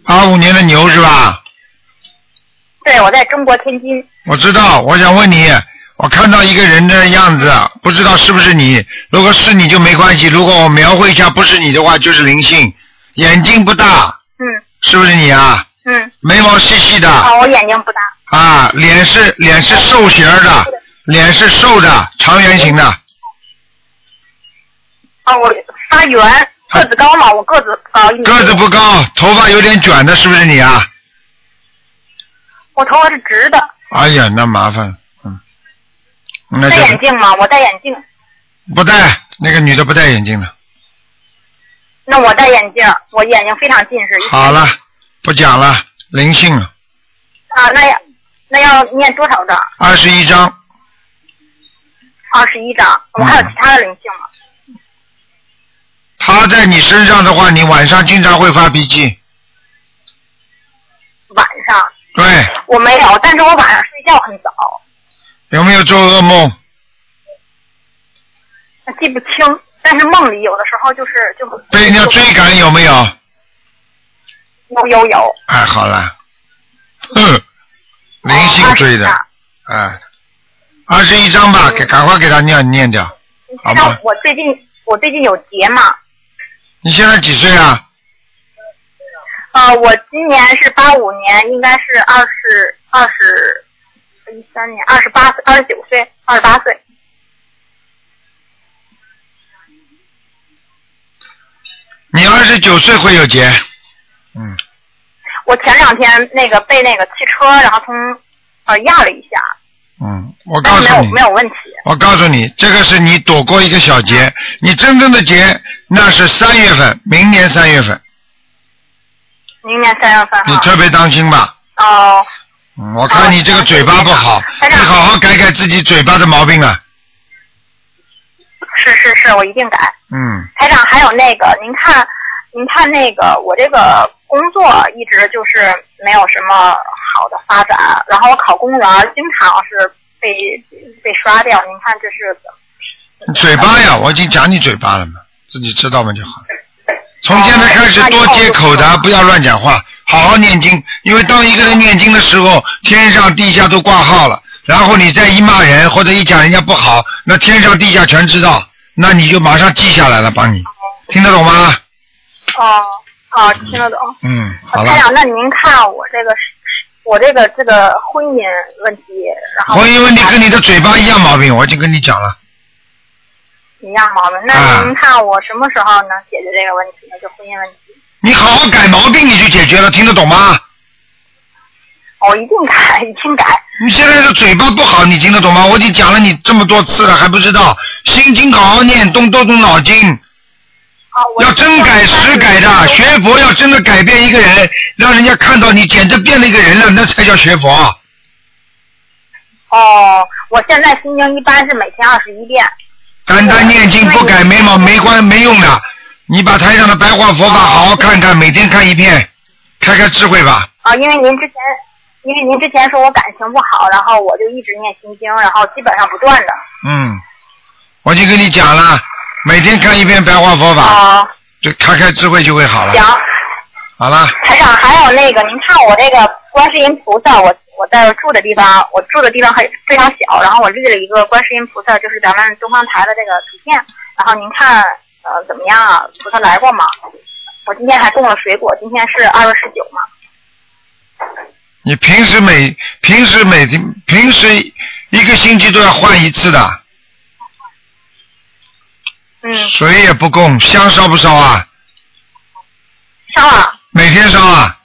A: 八五年的牛是吧？
B: 对，我在中国天津。
A: 我知道，我想问你，我看到一个人的样子，啊不知道是不是你？如果是你就没关系，如果我描绘一下不是你的话，就是灵性，眼睛不大，
B: 嗯
A: 是不是你啊？
B: 嗯。
A: 眉毛细细的
B: 哦，我眼睛不大。
A: 啊，脸是脸是瘦型儿的，脸是瘦的，长圆形的，
E: 啊
B: 哦，我发圆，个子高嘛，我个子不高一米。
A: 个子不高，头发有点卷的，是不是你啊？
B: 我头发是直的。
A: 哎呀，那麻烦，嗯，那
B: 戴
A: 就
B: 眼镜吗？我戴眼镜。
A: 不戴，那个女的不戴眼镜了。
B: 那我戴眼镜，我眼睛非常近视。
A: 好了，不讲了，灵性了，
B: 啊，那要那要念多少张？
A: 二十一章。
B: 二十一张。我
A: 嗯
B: 还有其他的灵性吗？
A: 他在你身上的话，你晚上经常会发脾气。
B: 晚上。
A: 对，
B: 我没有，但是我晚上睡觉很早，
A: 有没有做噩梦？
B: 记不清。但是梦里有的时候就是就
A: 被人家追赶有没有？
B: 有有有，
A: 哎，好了，哼，灵性追的，哎，二十一章
B: 嗯
A: 吧，给赶快给他念念掉。
B: 你
A: 好
B: 知道
A: 吧
B: 我最近我最近有结嘛？
A: 你现在几岁啊？
B: 呃，我今年是八五年，应该是二十二十一三年，二十八岁，二十九岁，二十八岁。
A: 你二十九岁会有劫，
B: 我前两天那个被那个汽车然后从呃压了一下，
A: 嗯，我
B: 但
A: 告
B: 是没
A: 诉
B: 有
A: 你
B: 没，有问题。
A: 我告诉你，这个是你躲过一个小劫，你真正的劫那是三月份，明年三月份，
B: 明年三月份
A: 你
B: 哈。
A: 特别当心吧。
B: 哦，
A: 嗯，我看你这个嘴巴不好，
B: 台
A: 你
B: 长
A: 好好改改自己嘴巴的毛病啊。
B: 是是是，我一定改。
A: 嗯，
B: 台长，还有那个，您看，您看那个，我这个工作一直就是没有什么好的发展，然后我考公务员经常是被被刷掉，您看这是怎么？
A: 你嘴巴呀，我已经讲你嘴巴了嘛，自己知道嘛就好了。从现在开始多接口的，不要乱讲话，好好念经。因为当一个人念经的时候，天上地下都挂号了，然后你再一骂人或者一讲人家不好，那天上地下全知道，那你就马上记下来了，帮你听得懂吗？
B: 哦哦，听得懂。
A: 嗯，好了
B: 台。长，那您看我这个是是我这个这个婚姻问题，然后
A: 我以为你跟你的嘴巴一样毛病，我已经跟你讲了。
B: 一样毛病，那
A: 啊
B: 您看我什么时候能解决这个问题呢？就婚姻问题，
A: 你好好改毛病，你就解决了，听得懂吗？
B: 我哦一定改， [LAUGHS] 一定改。
A: 你现在的嘴巴不好，你听得懂吗？我已经讲了你这么多次了，还不知道。心经好好念，动动动脑筋。
B: 哦
A: 要真改实改的，学佛要真的改变一个人，让人家看到你简直变了一个人了，那才叫学佛。
B: 哦，我现在心经一般是每天二十一遍。
A: 单单念经不改眉毛没关没用的，你把台上的白话佛法好好看看，每天看一遍，开开智慧吧。
B: 啊，因为您之前，因为您之前说我感情不好，然后我就一直念心经，然后基本上不断的。
A: 嗯，我就跟你讲了，每天看一遍白话佛
B: 法，
A: 就开开智慧就会好了。
B: 哦行，
A: 好了，
B: 台长，还有那个，您看我这个观世音菩萨，我我在住的地方，我住的地方很非常小，然后我立了一个观世音菩萨，就是咱们东方台的这个图片，然后您看呃怎么样啊？菩萨来过吗？我今天还供了水果，今天是二月十九嘛。
A: 你平时每平时每天平时一个星期都要换一次的。
B: 嗯。
A: 水也不供，香烧不烧啊？
B: 烧啊。
A: 每天烧啊？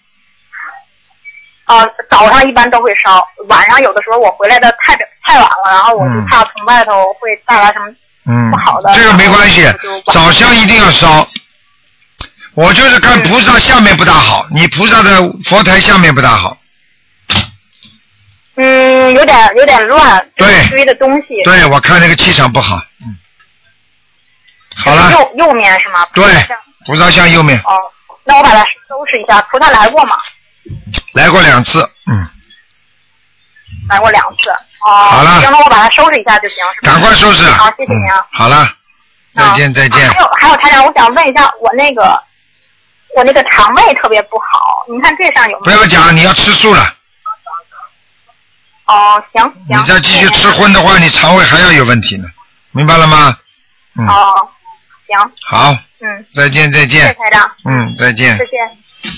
B: 呃，早上一般都会烧，晚上有的时候我回来的太太晚了，然后我就怕从外头会带来什么。
A: 嗯
B: 不好的，
A: 这个没关系
B: 然后我就，
A: 早香一定要烧。我就是
B: 嗯
A: 看菩萨下面不大好，你菩萨的佛台下面不大好，
B: 嗯，有点有点乱，
A: 对
B: 堆的东西。
A: 对我看那个气场不好。嗯，好了，
B: 右右面是吗？
A: 对菩萨像右面
B: 哦，那我把它收拾一下。菩萨来过吗？
A: 来过两次，嗯，
B: 来过两次。哦，
A: 好了
B: 行，那我把它收拾一下就行，是吧？
A: 赶快收拾。嗯
B: 好，谢谢您啊。哎
A: 好了，再见再见
B: 还。有还有，台长，我想问一下，我那个我那个肠胃特别不好，您看这上有
A: 不
B: 没有？
A: 要讲，你要吃素了，
B: 哦，行
A: 你
B: 行。
A: 再继续吃荤的话，你肠胃还要有问题呢，明白了吗？嗯，
B: 哦，行，
A: 好，
B: 嗯，
A: 再见再
B: 谢谢
A: 见，
B: 台长，
A: 嗯，再见
B: 再。见。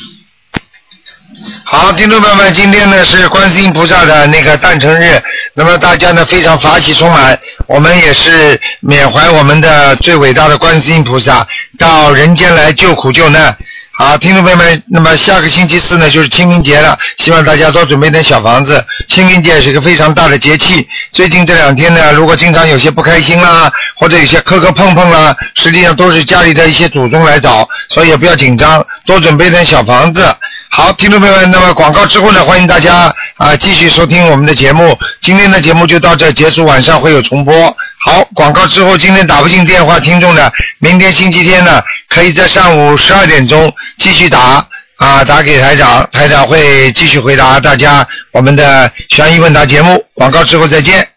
A: 好，听众朋友们，今天呢是观世音菩萨的那个诞辰日，那么大家呢非常法喜充满，我们也是缅怀我们的最伟大的观世音菩萨到人间来救苦救难。好，听众朋友们，那么下个星期四呢就是清明节了，希望大家多准备点小房子。清明节是一个非常大的节气，最近这两天呢，如果经常有些不开心啦，或者有些磕磕碰碰啦，实际上都是家里的一些祖宗来找，所以也不要紧张，多准备点小房子。好，听众朋友们，那么广告之后呢，欢迎大家啊继续收听我们的节目。今天的节目就到这儿结束，晚上会有重播。好，广告之后，今天打不进电话，听众呢，明天星期天呢，可以在上午十二点钟继续打啊，打给台长，台长会继续回答大家我们的悬疑问答节目。广告之后再见。